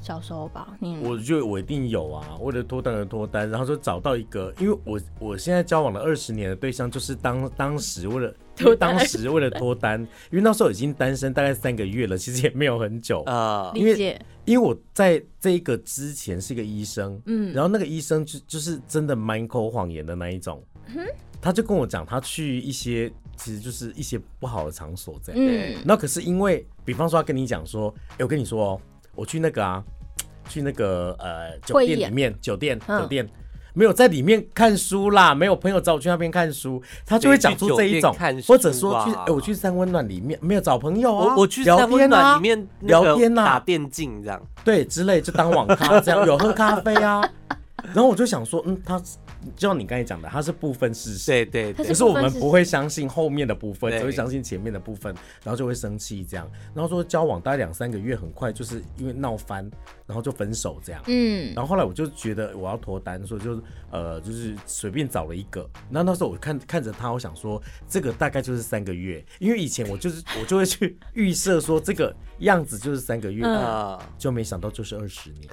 Speaker 3: 小时候吧，你
Speaker 2: 我觉得我一定有啊，为了脱单而脱单，然后说找到一个，因为我我现在交往了二十年的对象，就是当当时为了
Speaker 3: 脱单
Speaker 2: 当时为了脱单，因为那时候已经单身大概三个月了，其实也没有很久，
Speaker 3: 啊
Speaker 1: 呃，
Speaker 2: 因为
Speaker 3: 理解
Speaker 2: 因为我在这一个之前是一个医生，
Speaker 3: 嗯
Speaker 2: 然后那个医生就就是真的满口谎言的那一种，
Speaker 3: 嗯
Speaker 2: 他就跟我讲他去一些其实就是一些不好的场所这样。
Speaker 3: 嗯，
Speaker 2: 那可是因为，比方说他跟你讲说，哎、我跟你说哦，我去那个啊，去那个呃酒
Speaker 3: 会议
Speaker 2: 店里面，酒店、
Speaker 3: 嗯
Speaker 2: 酒店没有在里面看书啦，没有朋友找我去那边看书，他就会讲出这
Speaker 1: 对去
Speaker 2: 一种
Speaker 1: 酒店看，书啊
Speaker 2: 或者说去，哎、我去三温暖里面没有找朋友啊，
Speaker 1: 我我去
Speaker 2: 聊
Speaker 1: 三
Speaker 2: 天
Speaker 1: 温
Speaker 2: 啊
Speaker 1: 暖里面那个
Speaker 2: 聊天啊
Speaker 1: 打电竞这样，
Speaker 2: 对之类，就当网咖这样，有喝咖啡啊， 然后我就想说，嗯，他就像你刚才讲的，他是部分事实。
Speaker 1: 对对
Speaker 3: 他
Speaker 1: 对
Speaker 2: 可
Speaker 3: 是，
Speaker 2: 是我们不会相信后面的部分，
Speaker 1: 对
Speaker 2: 只会相信前面的部分，然后就会生气这样。然后说交往大概两三个月，很快就是因为闹翻，然后就分手这样。
Speaker 3: 嗯，
Speaker 2: 然后后来我就觉得我要脱单，所以就呃就是随便找了一个。那那时候我看看着他，我想说这个大概就是三个月，因为以前我就是我就会去预设说这个样子就是三个月，
Speaker 1: 啊，
Speaker 2: 就没想到就是二十年。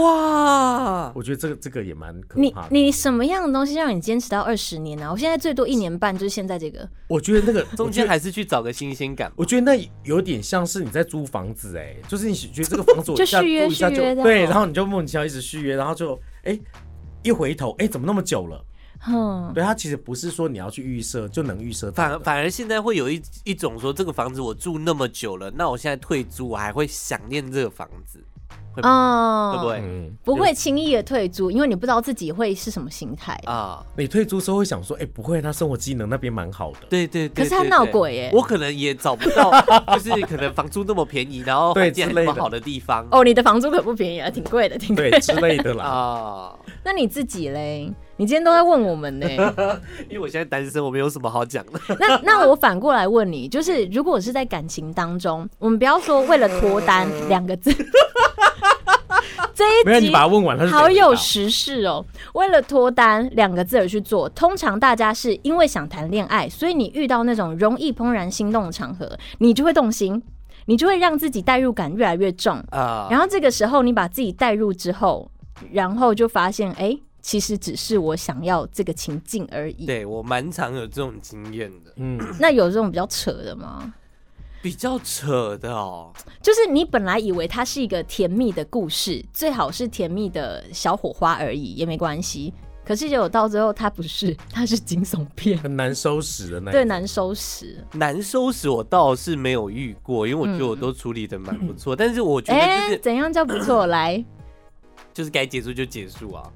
Speaker 1: 哇，
Speaker 2: 我觉得这个这个也蛮可
Speaker 3: 你
Speaker 2: 怕的。
Speaker 3: 你什么样的东西让你坚持到二十年啊呢？我现在最多一年半，就是现在这个，
Speaker 2: 我觉 得那个
Speaker 1: 中
Speaker 2: 我觉
Speaker 1: 间
Speaker 2: 得
Speaker 1: 还是去找个新鲜感吧。
Speaker 2: 我觉得那有点像是你在租房子哎、就是你觉得这个房子我
Speaker 3: 就
Speaker 2: 一下租
Speaker 3: 续约
Speaker 2: 一下
Speaker 3: 续
Speaker 2: 就
Speaker 3: 约的
Speaker 2: 对，然后你就莫名其妙一直续约，然后就哎、一回头哎、怎么那么久了？
Speaker 3: 哼，
Speaker 2: 对，它其实不是说你要去预设就能预设到
Speaker 1: 反
Speaker 2: 的，
Speaker 1: 而反而现在会有一一种说，这个房子我住那么久了，那我现在退租，我还会想念这个房子，会吗
Speaker 3: 哦
Speaker 1: 会不会
Speaker 2: 嗯，
Speaker 3: 不会轻易的退租，因为你不知道自己会是什么心态。
Speaker 1: 啊？
Speaker 2: 你退租之后会想说哎、不会，他生活机能那边蛮好 的，
Speaker 1: 对对对
Speaker 3: 可是他
Speaker 1: 对
Speaker 3: 闹
Speaker 1: 对
Speaker 3: 鬼耶
Speaker 1: 我可能也找不到，就是可能房租那么便宜，然后
Speaker 2: 对
Speaker 1: 环境还那
Speaker 2: 之
Speaker 1: 么
Speaker 2: 类的
Speaker 1: 好的地方
Speaker 3: 哦，你的房租可不便宜啊，挺贵的，挺贵。
Speaker 2: 对之类 的啦。
Speaker 1: 啊。
Speaker 3: 那你自己嘞？你今天都在问我们呢。
Speaker 1: 因为我现在单身，我没有什么好讲的。
Speaker 3: 那那我反过来问你，就是如果是在感情当中，我们不要说为了脱单两个字，
Speaker 2: 没
Speaker 3: 这
Speaker 2: 有
Speaker 3: 一
Speaker 2: 你
Speaker 3: 集
Speaker 2: 把它问完，他就哎
Speaker 3: 好有
Speaker 2: 时
Speaker 3: 时事哦。为了脱单两个字而去做，通常大家是因为想谈恋爱，所以你遇到那种容易怦然心动的场合，你就会动心，你就会让自己代入感越来越重。
Speaker 1: 啊
Speaker 3: 然后这个时候你把自己带入之后，然后就发现，哎、其实只是我想要这个情境而已。
Speaker 1: 对我蛮常有这种经验的，
Speaker 2: 嗯，
Speaker 3: 那有这种比较扯的吗？
Speaker 1: 比较扯的哦。
Speaker 3: 就是你本来以为它是一个甜蜜的故事，最好是甜蜜的小火花而已，也没关系。可是结果到最后，它不是， 它是惊悚片，
Speaker 2: 很难收拾的那一
Speaker 3: 对，
Speaker 2: 种
Speaker 3: 难收拾。
Speaker 1: 难收拾我倒是没有遇过，因为我觉得我都处理的蛮不错。但是我觉得
Speaker 3: 哎、
Speaker 1: 就是
Speaker 3: 怎样叫 不错？来，
Speaker 1: 就是该结束就结束啊。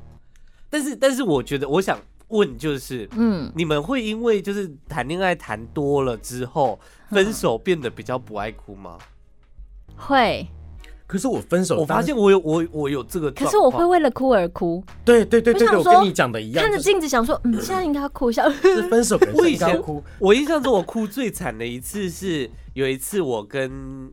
Speaker 1: 但是但是我觉得我想问就是，
Speaker 3: 嗯，
Speaker 1: 你们会因为就是谈恋爱谈多了之后，
Speaker 3: 嗯
Speaker 1: 分手变得比较不爱哭吗？
Speaker 3: 会。
Speaker 2: 可是我分手，
Speaker 1: 我发现，我有我我有这个状况，
Speaker 3: 可是我会为了哭而哭，
Speaker 2: 对对对对对，
Speaker 3: 我
Speaker 2: 我
Speaker 3: 想
Speaker 2: 跟
Speaker 3: 说
Speaker 2: 你讲的一样，
Speaker 3: 看着
Speaker 2: 就是
Speaker 3: 镜子想说，嗯，现在应该要哭一 下。
Speaker 2: 就是分手，可能
Speaker 1: 我以
Speaker 2: 应该
Speaker 1: 前
Speaker 2: 要哭，
Speaker 1: 我印象中我哭最惨的一次是有一次我跟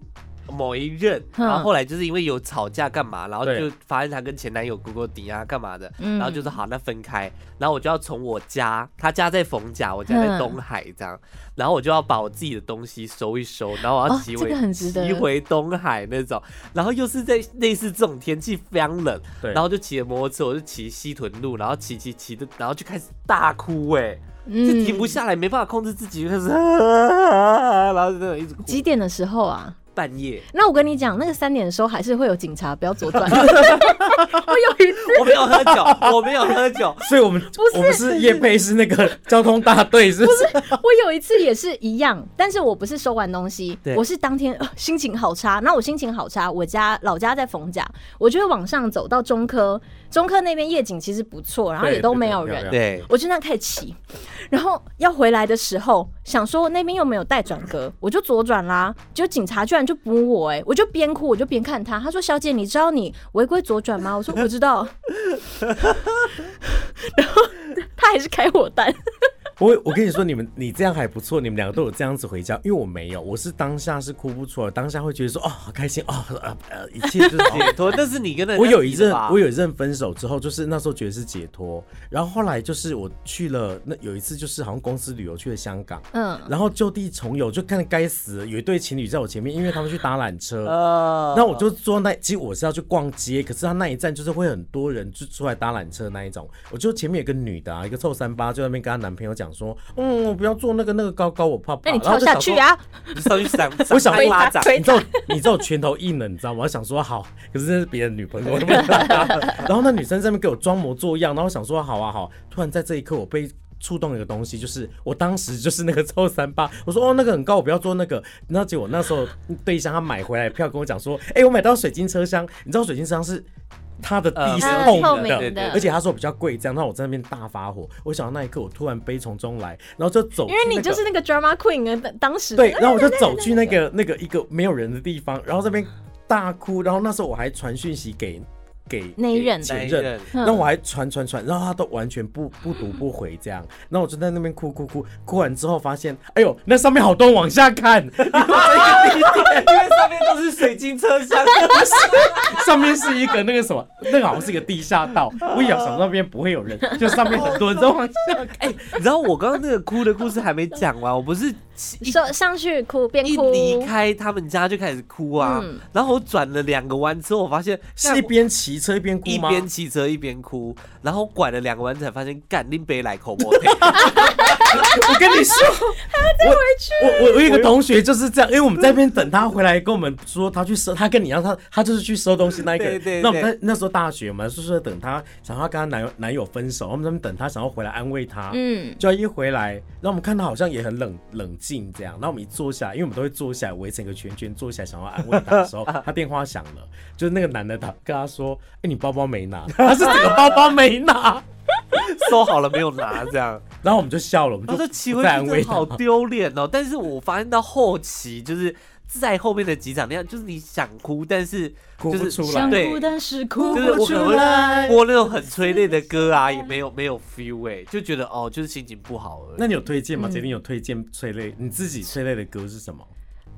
Speaker 1: 某一任，
Speaker 3: 嗯
Speaker 1: 然后后来就是因为有吵架干嘛，然后
Speaker 2: 对
Speaker 1: 就发现她跟前男友勾勾顶啊干嘛的，
Speaker 3: 嗯
Speaker 1: 然后就说好那分开，然后我就要从我家，他家在逢甲，我家在东海这样，然后我就要把我自己的东西收一收，然后我要
Speaker 3: 哦
Speaker 1: 骑
Speaker 3: 这
Speaker 1: 回、
Speaker 3: 个很值得
Speaker 1: 骑回东海那种，然后又是在类似这种天气非常冷，
Speaker 2: 对
Speaker 1: 然后就骑着摩托车，我就骑西屯路，然后骑骑骑的，然后就开始大哭哎、
Speaker 3: 嗯
Speaker 1: 就停不下来，没办法控制自己，就开始啊，然后就那种一直哭。
Speaker 3: 几点的时候啊？
Speaker 1: 半夜，
Speaker 3: 那我跟你讲，那个三点的时候还是会有警察，不要左转。我有一次
Speaker 1: 我每没有喝酒，我没有喝酒。
Speaker 2: 所以我们
Speaker 3: 不是
Speaker 2: 我们是叶配是那个交通大队，是不是？
Speaker 3: 我有一次也是一样，但是我不是收完东西
Speaker 2: 对，
Speaker 3: 我是当天、呃心情好差。那我心情好差，我家老家在逢甲，我就会往上走到中科，中科那边夜景其实不错，然后
Speaker 2: 对
Speaker 3: 也都
Speaker 2: 对
Speaker 3: 没
Speaker 2: 对
Speaker 3: 有
Speaker 2: 漂
Speaker 3: 人
Speaker 2: 亮。
Speaker 1: 对，
Speaker 3: 我就那样开始骑，然后要回来的时候，想说那边又没有带转格，我就左转啦。就警察居然就捕我、哎，我就边哭我就边看他，他说：“小姐，你知道你违规左转吗？”我说：“不知道。” 然后他还是开我单，
Speaker 2: 我我跟你说，你们你这样还不错，你们两个都有这样子回家，因为我没有，我是当下是哭不出来，当下会觉得说哦好开心哦呃呃一切就是好
Speaker 1: 解脱，那是你跟人家
Speaker 2: 我有一
Speaker 1: 比的
Speaker 2: 任，
Speaker 1: 吧
Speaker 2: 哦我有一任分手之后，就是那时候觉得是解脱，然后后来就是我去了那有一次就是好像公司旅游去了香港，
Speaker 3: 嗯，
Speaker 2: 然后就地重游，就看该死了，有一对情侣在我前面，因为他们去搭缆车。
Speaker 1: 呃，
Speaker 2: 那我就坐那，其实我是要去逛街，可是他那一站就是会很多人就出来搭缆车那一种。我就前面有个女的啊，一个臭三八，就在那边跟她男朋友讲说，嗯，我不要坐那个那个高高，我怕怕。
Speaker 3: 那你
Speaker 2: 然后
Speaker 3: 跳
Speaker 2: 就
Speaker 3: 下
Speaker 2: 想说
Speaker 3: 去啊！
Speaker 1: 你上去闪，
Speaker 2: 我想
Speaker 1: 闪
Speaker 2: 被
Speaker 1: 巴掌，
Speaker 3: 推
Speaker 2: 你知道，你知道我拳头硬了，你知道吗？我想说好，可是那是别人女朋友，我 都不能打她然后那女生在那边给我装模作样，然后我想说好啊好。突然在这一刻，我被触动了一个东西，就是我当时就是那个臭三八，我说哦那个很高，我不要坐那个。然后结果那时候对象他买回来的票跟我讲说，哎、我买到水晶车厢，你知道水晶车厢是。它的地是
Speaker 3: 呃
Speaker 2: 透
Speaker 3: 透
Speaker 2: 明
Speaker 3: 明
Speaker 2: 的，
Speaker 3: 的
Speaker 2: 而且他说比较贵，这样，那我在那边大发火。我想到那一刻，我突然悲从中来，然后就走、
Speaker 3: 因
Speaker 2: 那
Speaker 3: 为
Speaker 2: 个。
Speaker 3: 你就是那个 drama queen 啊，当当时
Speaker 2: 对，然后我就走去那个那个一个没有人的地方，然后这边大哭，然后那时候我还传讯息给给
Speaker 3: 那一
Speaker 2: 给
Speaker 3: 任
Speaker 2: 前任。
Speaker 3: 嗯
Speaker 2: 然后我还传传传，然后他都完全不不读不回这样，然后我就在那边哭哭哭，哭完之后发现，哎呦，那上面好多人往下 看，
Speaker 1: 因为上面都是水晶车厢。
Speaker 2: 上面是一个那个什么，那个好像是一个地下道，我也想说那边不会有人，就上面很多人都往下看。
Speaker 1: 你知道我刚刚那个哭的故事还没讲完，我不是
Speaker 3: 说上去哭边
Speaker 1: 一
Speaker 3: 哭，
Speaker 1: 离开他们家就开始哭啊，
Speaker 3: 嗯
Speaker 1: 然后我转了两个弯之后，我发现
Speaker 2: 是一边骑车一边哭
Speaker 1: 一
Speaker 2: 吗？
Speaker 1: 边骑车一边哭，然后拐了两个弯才发现干拎杯来口播
Speaker 2: 我跟你说，我我我我有一个同学就是这样，因为我们在那边等他回来，跟我们说他去收，他跟你一样，他他就是去收东西那一个人。
Speaker 1: 对对对
Speaker 2: 那我们在那时候大学嘛，就是说等他想要跟他男男友分手，我们在那边等他想要回来安慰他。
Speaker 3: 嗯，
Speaker 2: 就一回来，然后我们看他好像也很冷冷静这样，然后我们一坐下来，因为我们都会坐下来围成一个圈圈坐下来想要安慰他的时 候，他电话响了，就是那个男的他跟他说：“哎、你包包没拿？”他是整个包包没拿，
Speaker 1: 收好了没有拿这样，
Speaker 2: 然后我们就笑了，我们
Speaker 1: 然
Speaker 2: 就
Speaker 1: 后就哦骑
Speaker 2: 不
Speaker 1: 回去
Speaker 2: 再安
Speaker 1: 真
Speaker 2: 慰
Speaker 1: 的
Speaker 2: 他
Speaker 1: 好。丢脸哦。但是我发现到后期就是在后面的几场那样，就是你想哭，但是
Speaker 2: 哭不
Speaker 1: 就是
Speaker 2: 出来
Speaker 3: 想
Speaker 1: 对
Speaker 3: 哭但是哭
Speaker 1: 就
Speaker 3: 不
Speaker 1: 是我可
Speaker 3: 出
Speaker 1: 能
Speaker 3: 来
Speaker 1: 会。播那种很催泪的歌啊，也 没有没有 feel 哎、就觉得哦，就是心情不好而已。
Speaker 2: 那你有推
Speaker 1: 嗯
Speaker 2: 荐吗？杰、定有推荐催泪，你自己催泪的歌是什么？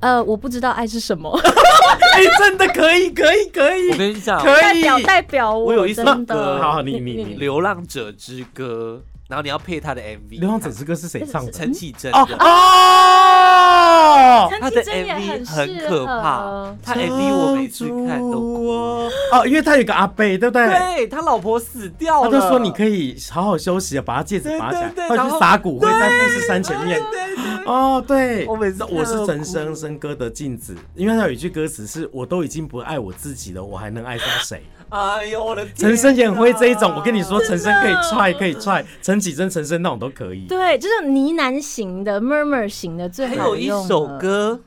Speaker 3: 呃，我不知道爱是什么，
Speaker 2: 哎、真的可以，可以，可以
Speaker 1: 我跟你讲，
Speaker 2: 可
Speaker 3: 代
Speaker 2: 以
Speaker 3: 表代表我，
Speaker 1: 哎我有一首
Speaker 3: 真
Speaker 1: 歌
Speaker 3: 的
Speaker 2: 好好你你你
Speaker 1: 《流浪者之歌》，然后你要配他的 MV。
Speaker 2: 流浪者之歌是谁唱的？
Speaker 1: 陈绮贞
Speaker 2: 哦
Speaker 1: 的。
Speaker 2: 哦，
Speaker 1: 他的 MV 很可怕，他 MV 我每次看都哭。
Speaker 2: 哦，因为他有个阿贝，对不对？
Speaker 1: 对他老婆死掉
Speaker 2: 他
Speaker 1: 了，
Speaker 2: 就说你可以好好休息，把他戒指拔起来，或者是撒骨灰在富士山前面。哦，对，
Speaker 1: 我每次看
Speaker 2: 我是
Speaker 1: 到
Speaker 2: 陈
Speaker 1: 哭
Speaker 2: 升升哥的镜子，因为他有一句歌词是“我都已经不爱我自己了，我还能爱上谁”。
Speaker 1: 哎呦我的天
Speaker 2: 陈升也很会这一种，
Speaker 1: 哪
Speaker 2: 我跟你
Speaker 3: 啊
Speaker 2: 说，陈升可以踹，可以踹，陈绮贞、陈升那种都可以。
Speaker 3: 对，就是呢喃型的、murmur 型的最
Speaker 1: 还
Speaker 3: 好
Speaker 1: 有一
Speaker 3: 用
Speaker 1: 首
Speaker 3: 了，
Speaker 1: 歌，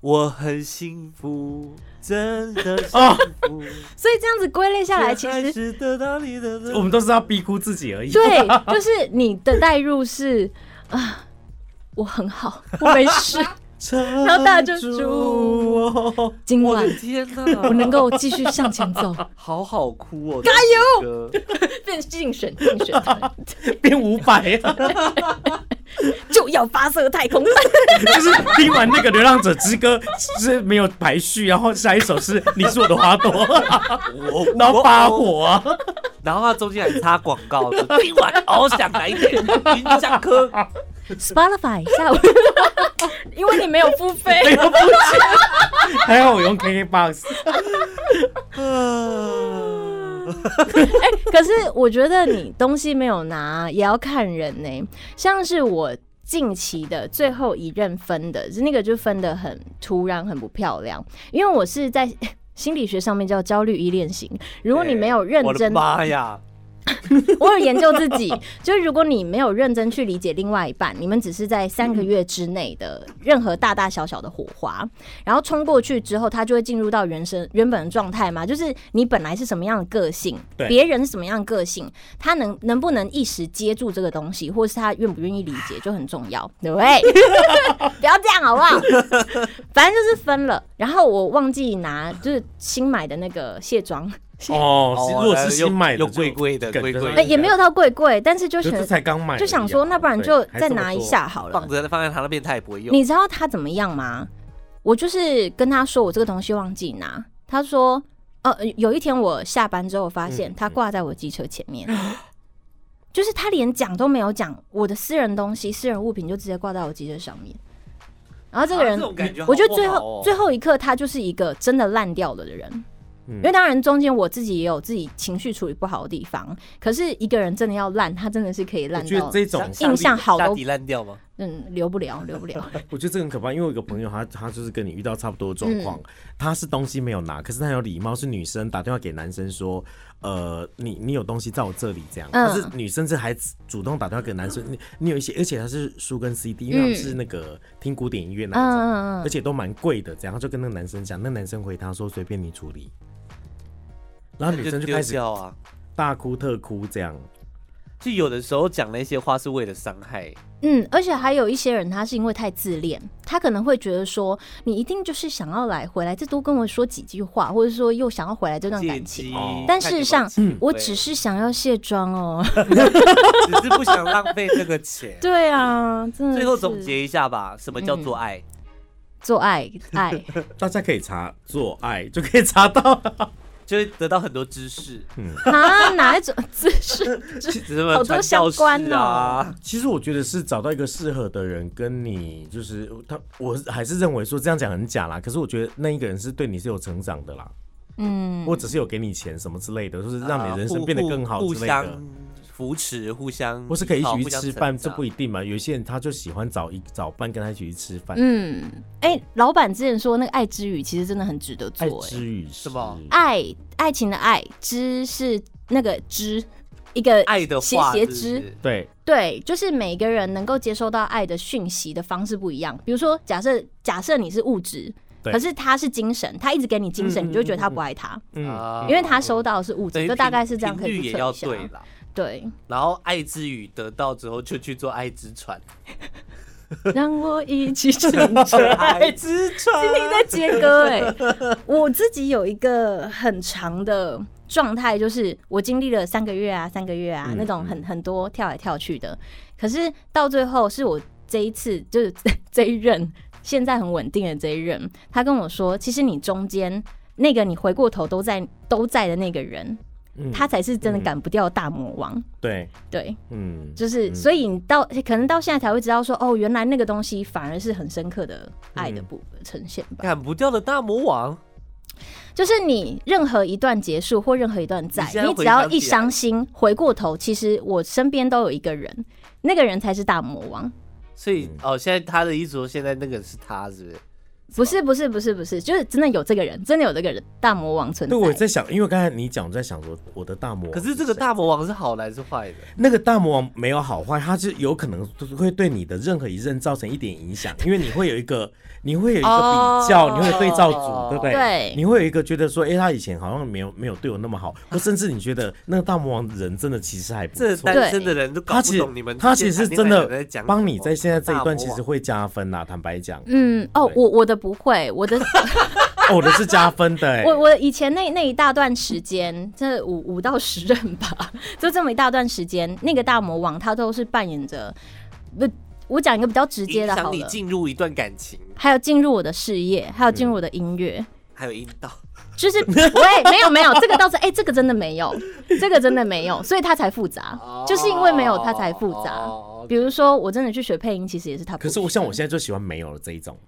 Speaker 1: 我很幸福，真的幸
Speaker 2: 哦，
Speaker 1: 福。
Speaker 3: 所以这样子归类下来，其
Speaker 1: 还
Speaker 3: 实
Speaker 1: 是得到你的
Speaker 2: 我
Speaker 1: 我
Speaker 2: 们都是要逼哭自己而已。
Speaker 3: 对，就是你的代入是啊，我 很好，我没事，
Speaker 2: 然
Speaker 3: 后大家就
Speaker 2: 我，
Speaker 3: 今
Speaker 1: 我
Speaker 3: 晚
Speaker 1: 的天哪，
Speaker 3: 我能够继续向 前走，
Speaker 1: 好好哭哦，加油！
Speaker 3: 变竞选竞选，
Speaker 2: 变啊五百，
Speaker 3: 就要发射太空 弹。
Speaker 2: 就是听完那个《流浪者之歌》是没有排序，然后下一首是《你是我的花朵》， 然后发火啊，
Speaker 1: 然后他中间还插广告，说今晚好想来一点 云香科，
Speaker 3: Spotify 下午，因为你没有付费，
Speaker 2: 没有不行还好我用 KKBOX，
Speaker 1: 啊
Speaker 3: 哎、 可是我觉得你东西没有拿，也要看人呢、像是我近期的最后一任分的，是那个就分的很突然，很不漂亮。因为我是在心理学上面叫焦虑依恋型。如果你没有认
Speaker 1: 我的
Speaker 3: 真，
Speaker 1: 妈呀！
Speaker 3: 我有研究自己，就是如果你没有认真去理解另外一半，你们只是在三个月之内的任何大大小小的火花，然后冲过去之后，他就会进入到原生原本的状态嘛，就是你本来是什么样的个性，
Speaker 2: 对
Speaker 3: 别人是什么样的个性，他能能不能一时接住这个东西，或是他愿不愿意理解就很重要，对不对？ 不要这样好不 好？反正就是分了，然后我忘记拿就是新买的那个卸妆，
Speaker 2: 哦，
Speaker 1: 哦
Speaker 2: 如果是新买的
Speaker 1: 又
Speaker 2: 就，
Speaker 1: 贵贵的
Speaker 2: 感
Speaker 1: 贵
Speaker 2: 觉
Speaker 1: 贵
Speaker 2: 上
Speaker 1: 的
Speaker 3: 哎、也没有到贵贵，但是就
Speaker 2: 就
Speaker 3: 选
Speaker 2: 这才刚买而已啊，
Speaker 3: 就想说，那不然就
Speaker 2: 对
Speaker 3: 再拿一。下好了
Speaker 1: 放。着放在他那边，他也不会用。
Speaker 3: 哎你知道他怎么样吗？我就是跟他说我这个东西忘记拿，他说，呃，有一天我下班之后发现
Speaker 2: 嗯
Speaker 3: 他挂在我机车前 面，就是他连讲都没有讲，我的私人东西、私人物品就直接挂在我机车上面。然后这个人，
Speaker 1: 啊这种感觉好
Speaker 3: 我觉得最后、
Speaker 1: 不好哦
Speaker 3: 最后一刻，他就是一个真的烂掉了的人。
Speaker 2: 嗯
Speaker 3: 因为当然中间我自己也有自己情绪处理不好的地方，可是一个人真的要烂，他真的是可以
Speaker 2: 还
Speaker 3: 烂
Speaker 2: 是有做我觉
Speaker 3: 到
Speaker 2: 得这种，
Speaker 3: 印象好
Speaker 1: 下
Speaker 3: 都
Speaker 1: 底烂掉吗？
Speaker 3: 嗯，留不了，留不 了。
Speaker 2: 我觉得这个很可怕，因为我有个朋友他，他就是跟你遇到差不多的状况，
Speaker 3: 嗯
Speaker 2: 他是东西没有拿，可是他有礼貌，是女生打电话给男生说，呃，你你有东西在我这里这样，
Speaker 3: 嗯
Speaker 2: 但是女生是还主动打电话给男生，你你有一些，而且他是书跟 CD，因为他们是那个听古典音乐那一种，
Speaker 3: 嗯嗯嗯
Speaker 2: 而
Speaker 3: 嗯，
Speaker 2: 且都蛮贵的，这样他就跟那个男生讲，那男生回他说随便你处理，然后女
Speaker 1: 就
Speaker 2: 生就
Speaker 1: 丢
Speaker 2: 开始
Speaker 1: 掉啊！
Speaker 2: 大哭特哭这样，
Speaker 1: 就有的时候讲那些话是为了伤害，
Speaker 3: 嗯，而且还有一些人，他是因为太自恋，他可能会觉得说，你一定就是想要来回来，再多跟我说几句话，或者说又想要回来这段
Speaker 1: 借
Speaker 3: 感情。
Speaker 1: 机
Speaker 2: 哦。
Speaker 3: 但事实上
Speaker 1: 看你们
Speaker 3: 我
Speaker 1: 机会
Speaker 2: 嗯
Speaker 3: 只是想要卸妆哦。。
Speaker 1: 只是不想浪费这个钱
Speaker 3: 对嗯啊，真的是。
Speaker 1: 最后总结一下吧，什么叫做爱？
Speaker 3: 做爱，爱
Speaker 2: 大家可以查做爱就可以查到，
Speaker 1: 就会得到很多知 识，
Speaker 3: 啊，哪一种姿势？
Speaker 1: 什么
Speaker 3: 好多
Speaker 1: 传
Speaker 3: 相
Speaker 1: 教士
Speaker 3: 关哦
Speaker 1: 啊，
Speaker 2: 其实我觉得是找到一个适合的人跟你，就是他，我还是认为说这样讲很假啦。可是我觉得那一个人是对你是有成长的啦，
Speaker 3: 嗯，
Speaker 2: 或者是有给你钱什么之类的，就是让
Speaker 1: 啊
Speaker 2: 你人生
Speaker 1: 互
Speaker 2: 变得更好
Speaker 1: 互
Speaker 2: 之类的
Speaker 1: 相。扶持，互相
Speaker 2: 或是可以一
Speaker 1: 依靠
Speaker 2: 起去
Speaker 1: 互相
Speaker 2: 吃
Speaker 1: 成
Speaker 2: 饭，这
Speaker 1: 长
Speaker 2: 不一定嘛。有些人他就喜欢找一找伴跟他一起去吃饭。
Speaker 3: 嗯，哎、老板之前说那个爱之语，其实真的很值得
Speaker 2: 爱
Speaker 3: 做、哎，
Speaker 2: 之语是
Speaker 1: 什么
Speaker 3: 爱爱情的爱，之是那个之，一个
Speaker 1: 爱的
Speaker 3: 斜
Speaker 1: 话
Speaker 3: 斜
Speaker 1: 是不
Speaker 3: 之
Speaker 1: 是
Speaker 2: 对，
Speaker 3: 对，就是每个人能够接收到爱的讯息的方式不一样。比如说假，设假设你是物质，
Speaker 2: 对
Speaker 3: 可是他是精神，他一直给你精神，
Speaker 2: 嗯
Speaker 3: 你就觉得他不爱他，
Speaker 2: 嗯，
Speaker 1: 啊
Speaker 3: 因为他收到的是物
Speaker 1: 等
Speaker 3: 质，
Speaker 1: 于
Speaker 3: 就大
Speaker 1: 频
Speaker 3: 概是这样可
Speaker 1: 频
Speaker 3: 以
Speaker 1: 率
Speaker 3: 去
Speaker 1: 也
Speaker 3: 测
Speaker 1: 要
Speaker 3: 一下。
Speaker 1: 对
Speaker 3: 啊
Speaker 1: 啦。
Speaker 3: 对，
Speaker 1: 然后爱之语得到之后，就去做爱之 船，
Speaker 3: 让我一起成 长。
Speaker 1: 爱之船。
Speaker 3: 今天 在接歌哎、我自己有一个很长的状态，就是我经历了三个月啊，三个月啊，
Speaker 2: 嗯
Speaker 3: 那种很很多跳来跳去的。可是到最后，是我这一次就是 这一任，现在很稳定的这一任，他跟我说，其实你中间那个你回过头都在都在的那个人，
Speaker 2: 嗯
Speaker 3: 他才是真的赶不掉的大魔王。
Speaker 2: 对，
Speaker 3: 对，
Speaker 2: 嗯，
Speaker 3: 就是
Speaker 2: 嗯
Speaker 3: 所以你到可能到现在才会知道说，哦，原来那个东西反而是很深刻的爱的
Speaker 2: 嗯
Speaker 3: 部分呈现吧。
Speaker 1: 赶不掉的大魔王，
Speaker 3: 就是你任何一段结束或任何一段在
Speaker 1: 你现，在
Speaker 3: 你只要一伤心，回过头，其实我身边都有一个人，那个人才是大魔王。
Speaker 1: 所
Speaker 2: 嗯
Speaker 1: 以哦，现在他的意思说，现在那个是他，是不是？
Speaker 3: 不是不是不是不是，就是真的有这个人，真的有这个人大魔王存在
Speaker 2: 对，。我在想，因为刚才你讲，我在想说我的大魔王
Speaker 1: 可
Speaker 2: 谁，
Speaker 1: 是这个大魔王是好的还是坏的？
Speaker 2: 那个大魔王没有好坏，他是有可能会对你的任何一任造成一点影响， 因为你会有一个，你会有一个比较，
Speaker 1: 哦
Speaker 2: 你会有对照组，对不对？
Speaker 3: 对
Speaker 2: 你会有一个觉得说，哎、他以前好像没有没有对我那么 好，或甚至你觉得那个大魔王人真的其实还不
Speaker 1: 这
Speaker 2: 错。
Speaker 1: 单身的人都搞
Speaker 2: 他
Speaker 1: 不
Speaker 2: 其
Speaker 1: 懂你们
Speaker 2: 实他其实是真的
Speaker 1: 在讲什么
Speaker 2: 帮你在现在这一
Speaker 1: 大
Speaker 2: 段其
Speaker 1: 魔王
Speaker 2: 实会加分啦，坦白讲，
Speaker 3: 嗯，哦，
Speaker 2: 对
Speaker 3: 我我的不会， 我的
Speaker 2: 哦我的是加分 的、哎
Speaker 3: 我我以前那那一大段时间，这五五到十任吧， 就这么一大段时间，那个大魔王他都是扮演着，不，我讲一个比较直接
Speaker 1: 影
Speaker 3: 的好
Speaker 1: 响你
Speaker 3: 了，
Speaker 1: 进入一段感情，
Speaker 3: 还有进入我的事业，还有进入我的音乐。
Speaker 1: 还有阴道。
Speaker 3: 就是喂，没有没有，这个倒是哎、这个真的没有，这个真的没有，所以它才复杂，就是因为没有它才复杂。
Speaker 1: 哦
Speaker 3: 比如说，我真的去学配音，其实也是他。
Speaker 2: 可是我像我现在就喜欢没有了这一种。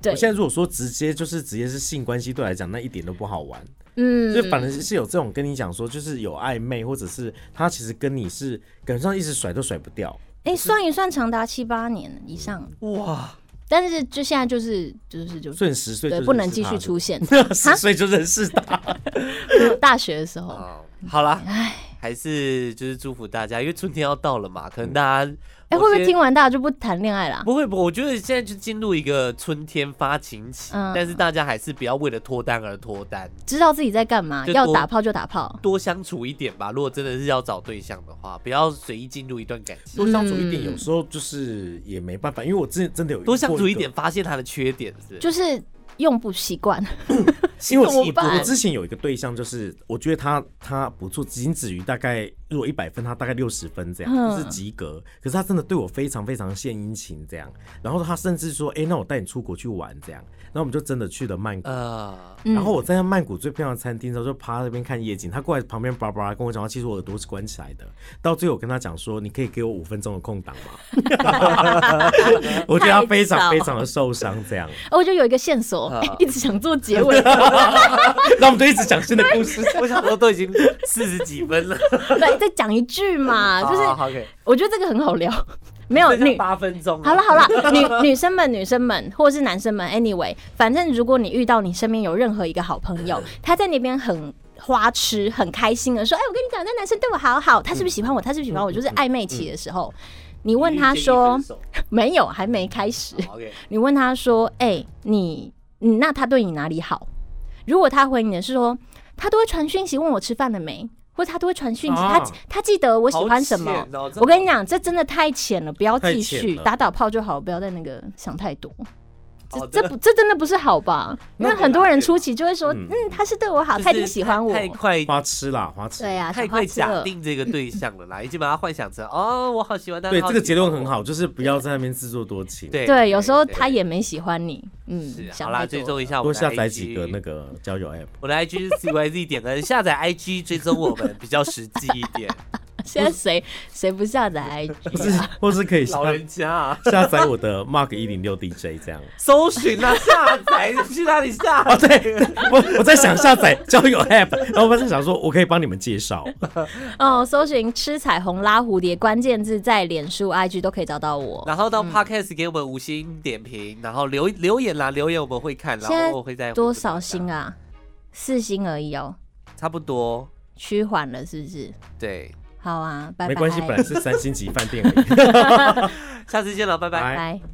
Speaker 3: 对
Speaker 2: 我现在如果说直接就是直接是性关系，对我来讲那一点都不好玩。
Speaker 3: 嗯
Speaker 2: 就反正是有这种跟你讲说，就是有暧昧，或者是他其实跟你是感觉上一直甩都甩不掉。
Speaker 3: 哎、算一算，长达七八年以上，
Speaker 1: 哇，
Speaker 3: 但是就现在就是就是就
Speaker 2: 顺十岁就
Speaker 3: 对，
Speaker 2: 认识
Speaker 3: 不能继
Speaker 2: 他
Speaker 3: 续
Speaker 2: 了
Speaker 3: 出，现。
Speaker 2: 十岁就认识他。
Speaker 3: 大学的时候，
Speaker 1: 哦，好啦，还是就是祝福大家，因为春天要到了嘛，可能大家
Speaker 3: 哎，会不
Speaker 1: 某
Speaker 3: 会
Speaker 1: 些
Speaker 3: 听完大家就不谈恋爱啦？
Speaker 1: 不会不会，我觉得现在就进入一个春天发情期，
Speaker 3: 嗯
Speaker 1: 但是大家还是不要为了脱单而脱单，
Speaker 3: 知道自己在干嘛，
Speaker 1: 就
Speaker 3: 要
Speaker 1: 多
Speaker 3: 打炮就打炮。
Speaker 1: 多相处一点吧。如果真的是要找对象的话，不要随意进入一段感情，
Speaker 2: 多相处一点，有
Speaker 3: 嗯
Speaker 2: 时候就是也没办法，因为我真真的有
Speaker 1: 多
Speaker 2: 遇
Speaker 1: 相
Speaker 2: 过
Speaker 1: 处一
Speaker 2: 个
Speaker 1: 点，发现他的缺点是
Speaker 3: 就是用不习惯，
Speaker 2: 因为我
Speaker 3: 怎么
Speaker 2: 我
Speaker 3: 办
Speaker 2: 我之前有一个对象，就是我觉得他他不错，仅止于大概如果一百分，他大概六十分这样，
Speaker 3: 嗯
Speaker 2: 就是及格。可是他真的对我非常非常献殷勤这样，然后他甚至说：“哎、那我带你出国去玩这样。”然后我们就真的去了曼谷。
Speaker 1: 呃，
Speaker 3: 嗯
Speaker 2: 然后我在曼谷最漂亮的餐厅的时候，就趴在那边看夜景。他过来旁边叭叭跟我讲话，其实我耳朵是关起来的。到最后我跟他讲说：“你可以给我五分钟的空档吗？”我觉得他非常非常的受伤这样。
Speaker 3: 哦我就有一个线索，
Speaker 1: 啊
Speaker 3: 哎 一直想做 结尾，
Speaker 2: 然后我们就一直讲新的故事。
Speaker 1: 我想说都已经四十几分 了，
Speaker 3: 对，再讲一句嘛，啊就是
Speaker 2: 啊
Speaker 1: 好好好 OK，
Speaker 3: 我觉得这个很好聊， 没有
Speaker 1: 剩下
Speaker 3: 女。
Speaker 1: 八分钟，啊
Speaker 3: 好了，好了，女女生们、女生们，或者是男生们，anyway，反正如果你遇到你身边有任何一个好 朋友，他在那边很花痴、很开心的说：“哎、我跟你讲，那男生对我好好，他是不是喜欢我？他是不是喜欢我？”就是暧昧期的时候，你问他说
Speaker 1: 嗯你建议分
Speaker 3: 没有，还没开始。
Speaker 1: 手好，OK，
Speaker 3: 你问他说：“哎、你你那他对你哪里好？”如果他回你的是说，他都会传讯息问我吃饭了没，或者他都会传讯息，
Speaker 2: 啊
Speaker 3: 他他记得我喜欢什
Speaker 1: 好
Speaker 3: 么
Speaker 1: 浅。哦
Speaker 3: 我跟你讲，这真的太浅了，不要继
Speaker 2: 太
Speaker 3: 续
Speaker 2: 浅了
Speaker 3: 打打炮就好，不要再那个想太多。 这、
Speaker 1: 哦
Speaker 3: 这不这真的不是好吧？因为很多人初期就会说，
Speaker 2: 嗯
Speaker 3: 嗯，他是对我好，他一定喜欢我。
Speaker 1: 太快
Speaker 2: 花痴啦，花痴。
Speaker 3: 对呀、啊，
Speaker 1: 太
Speaker 3: 小
Speaker 1: 快
Speaker 3: 花痴
Speaker 1: 假
Speaker 3: 了。
Speaker 1: 定这个对象了啦，已经把他幻想 成哦，我好喜欢他。
Speaker 2: 对，
Speaker 1: 他好
Speaker 2: 这个
Speaker 1: 喜
Speaker 2: 结
Speaker 1: 欢
Speaker 2: 论很
Speaker 1: 我。
Speaker 2: 好，就是不要在那边自作多情。，
Speaker 1: 对
Speaker 3: 对，有时候他
Speaker 1: 对
Speaker 3: 也没喜欢你，嗯
Speaker 1: 是，啊
Speaker 3: 想
Speaker 1: 好啦，
Speaker 3: 太
Speaker 1: 追
Speaker 3: 多了
Speaker 1: 踪一下我
Speaker 2: 多
Speaker 1: 的 IG,
Speaker 2: 下载几个那个交友 app。
Speaker 1: 我的 IG 是 CYZ 点 N，下载 IG 追踪我们比较实际一 点。
Speaker 3: 现在谁谁不下载 IG？
Speaker 2: 不是，或是可以下
Speaker 1: 老人家、啊、
Speaker 2: 下载我的 Mark 一零六 DJ 这样。
Speaker 1: 搜寻啊，下载去哪里下？
Speaker 2: 哦，对，我我在想下载交友 app，然后我在想说，我可以帮你们介绍。
Speaker 3: 哦，搜寻“吃彩虹拉蝴蝶”关键字，在脸书、IG 都可以找到我。
Speaker 1: 然后到 Podcast 给我们五星点评，然后留留言啦，留言我们会看，然
Speaker 3: 现在
Speaker 1: 后我会再回复
Speaker 3: 多少
Speaker 1: 大家
Speaker 3: 星？啊？四星而已哦，
Speaker 1: 差不多，
Speaker 3: 趋缓了是不是？
Speaker 1: 对，
Speaker 3: 好啊，拜拜。
Speaker 2: 没关系，本来是三星级饭店而已。
Speaker 1: 下次见了，拜拜。
Speaker 2: 拜
Speaker 3: 拜。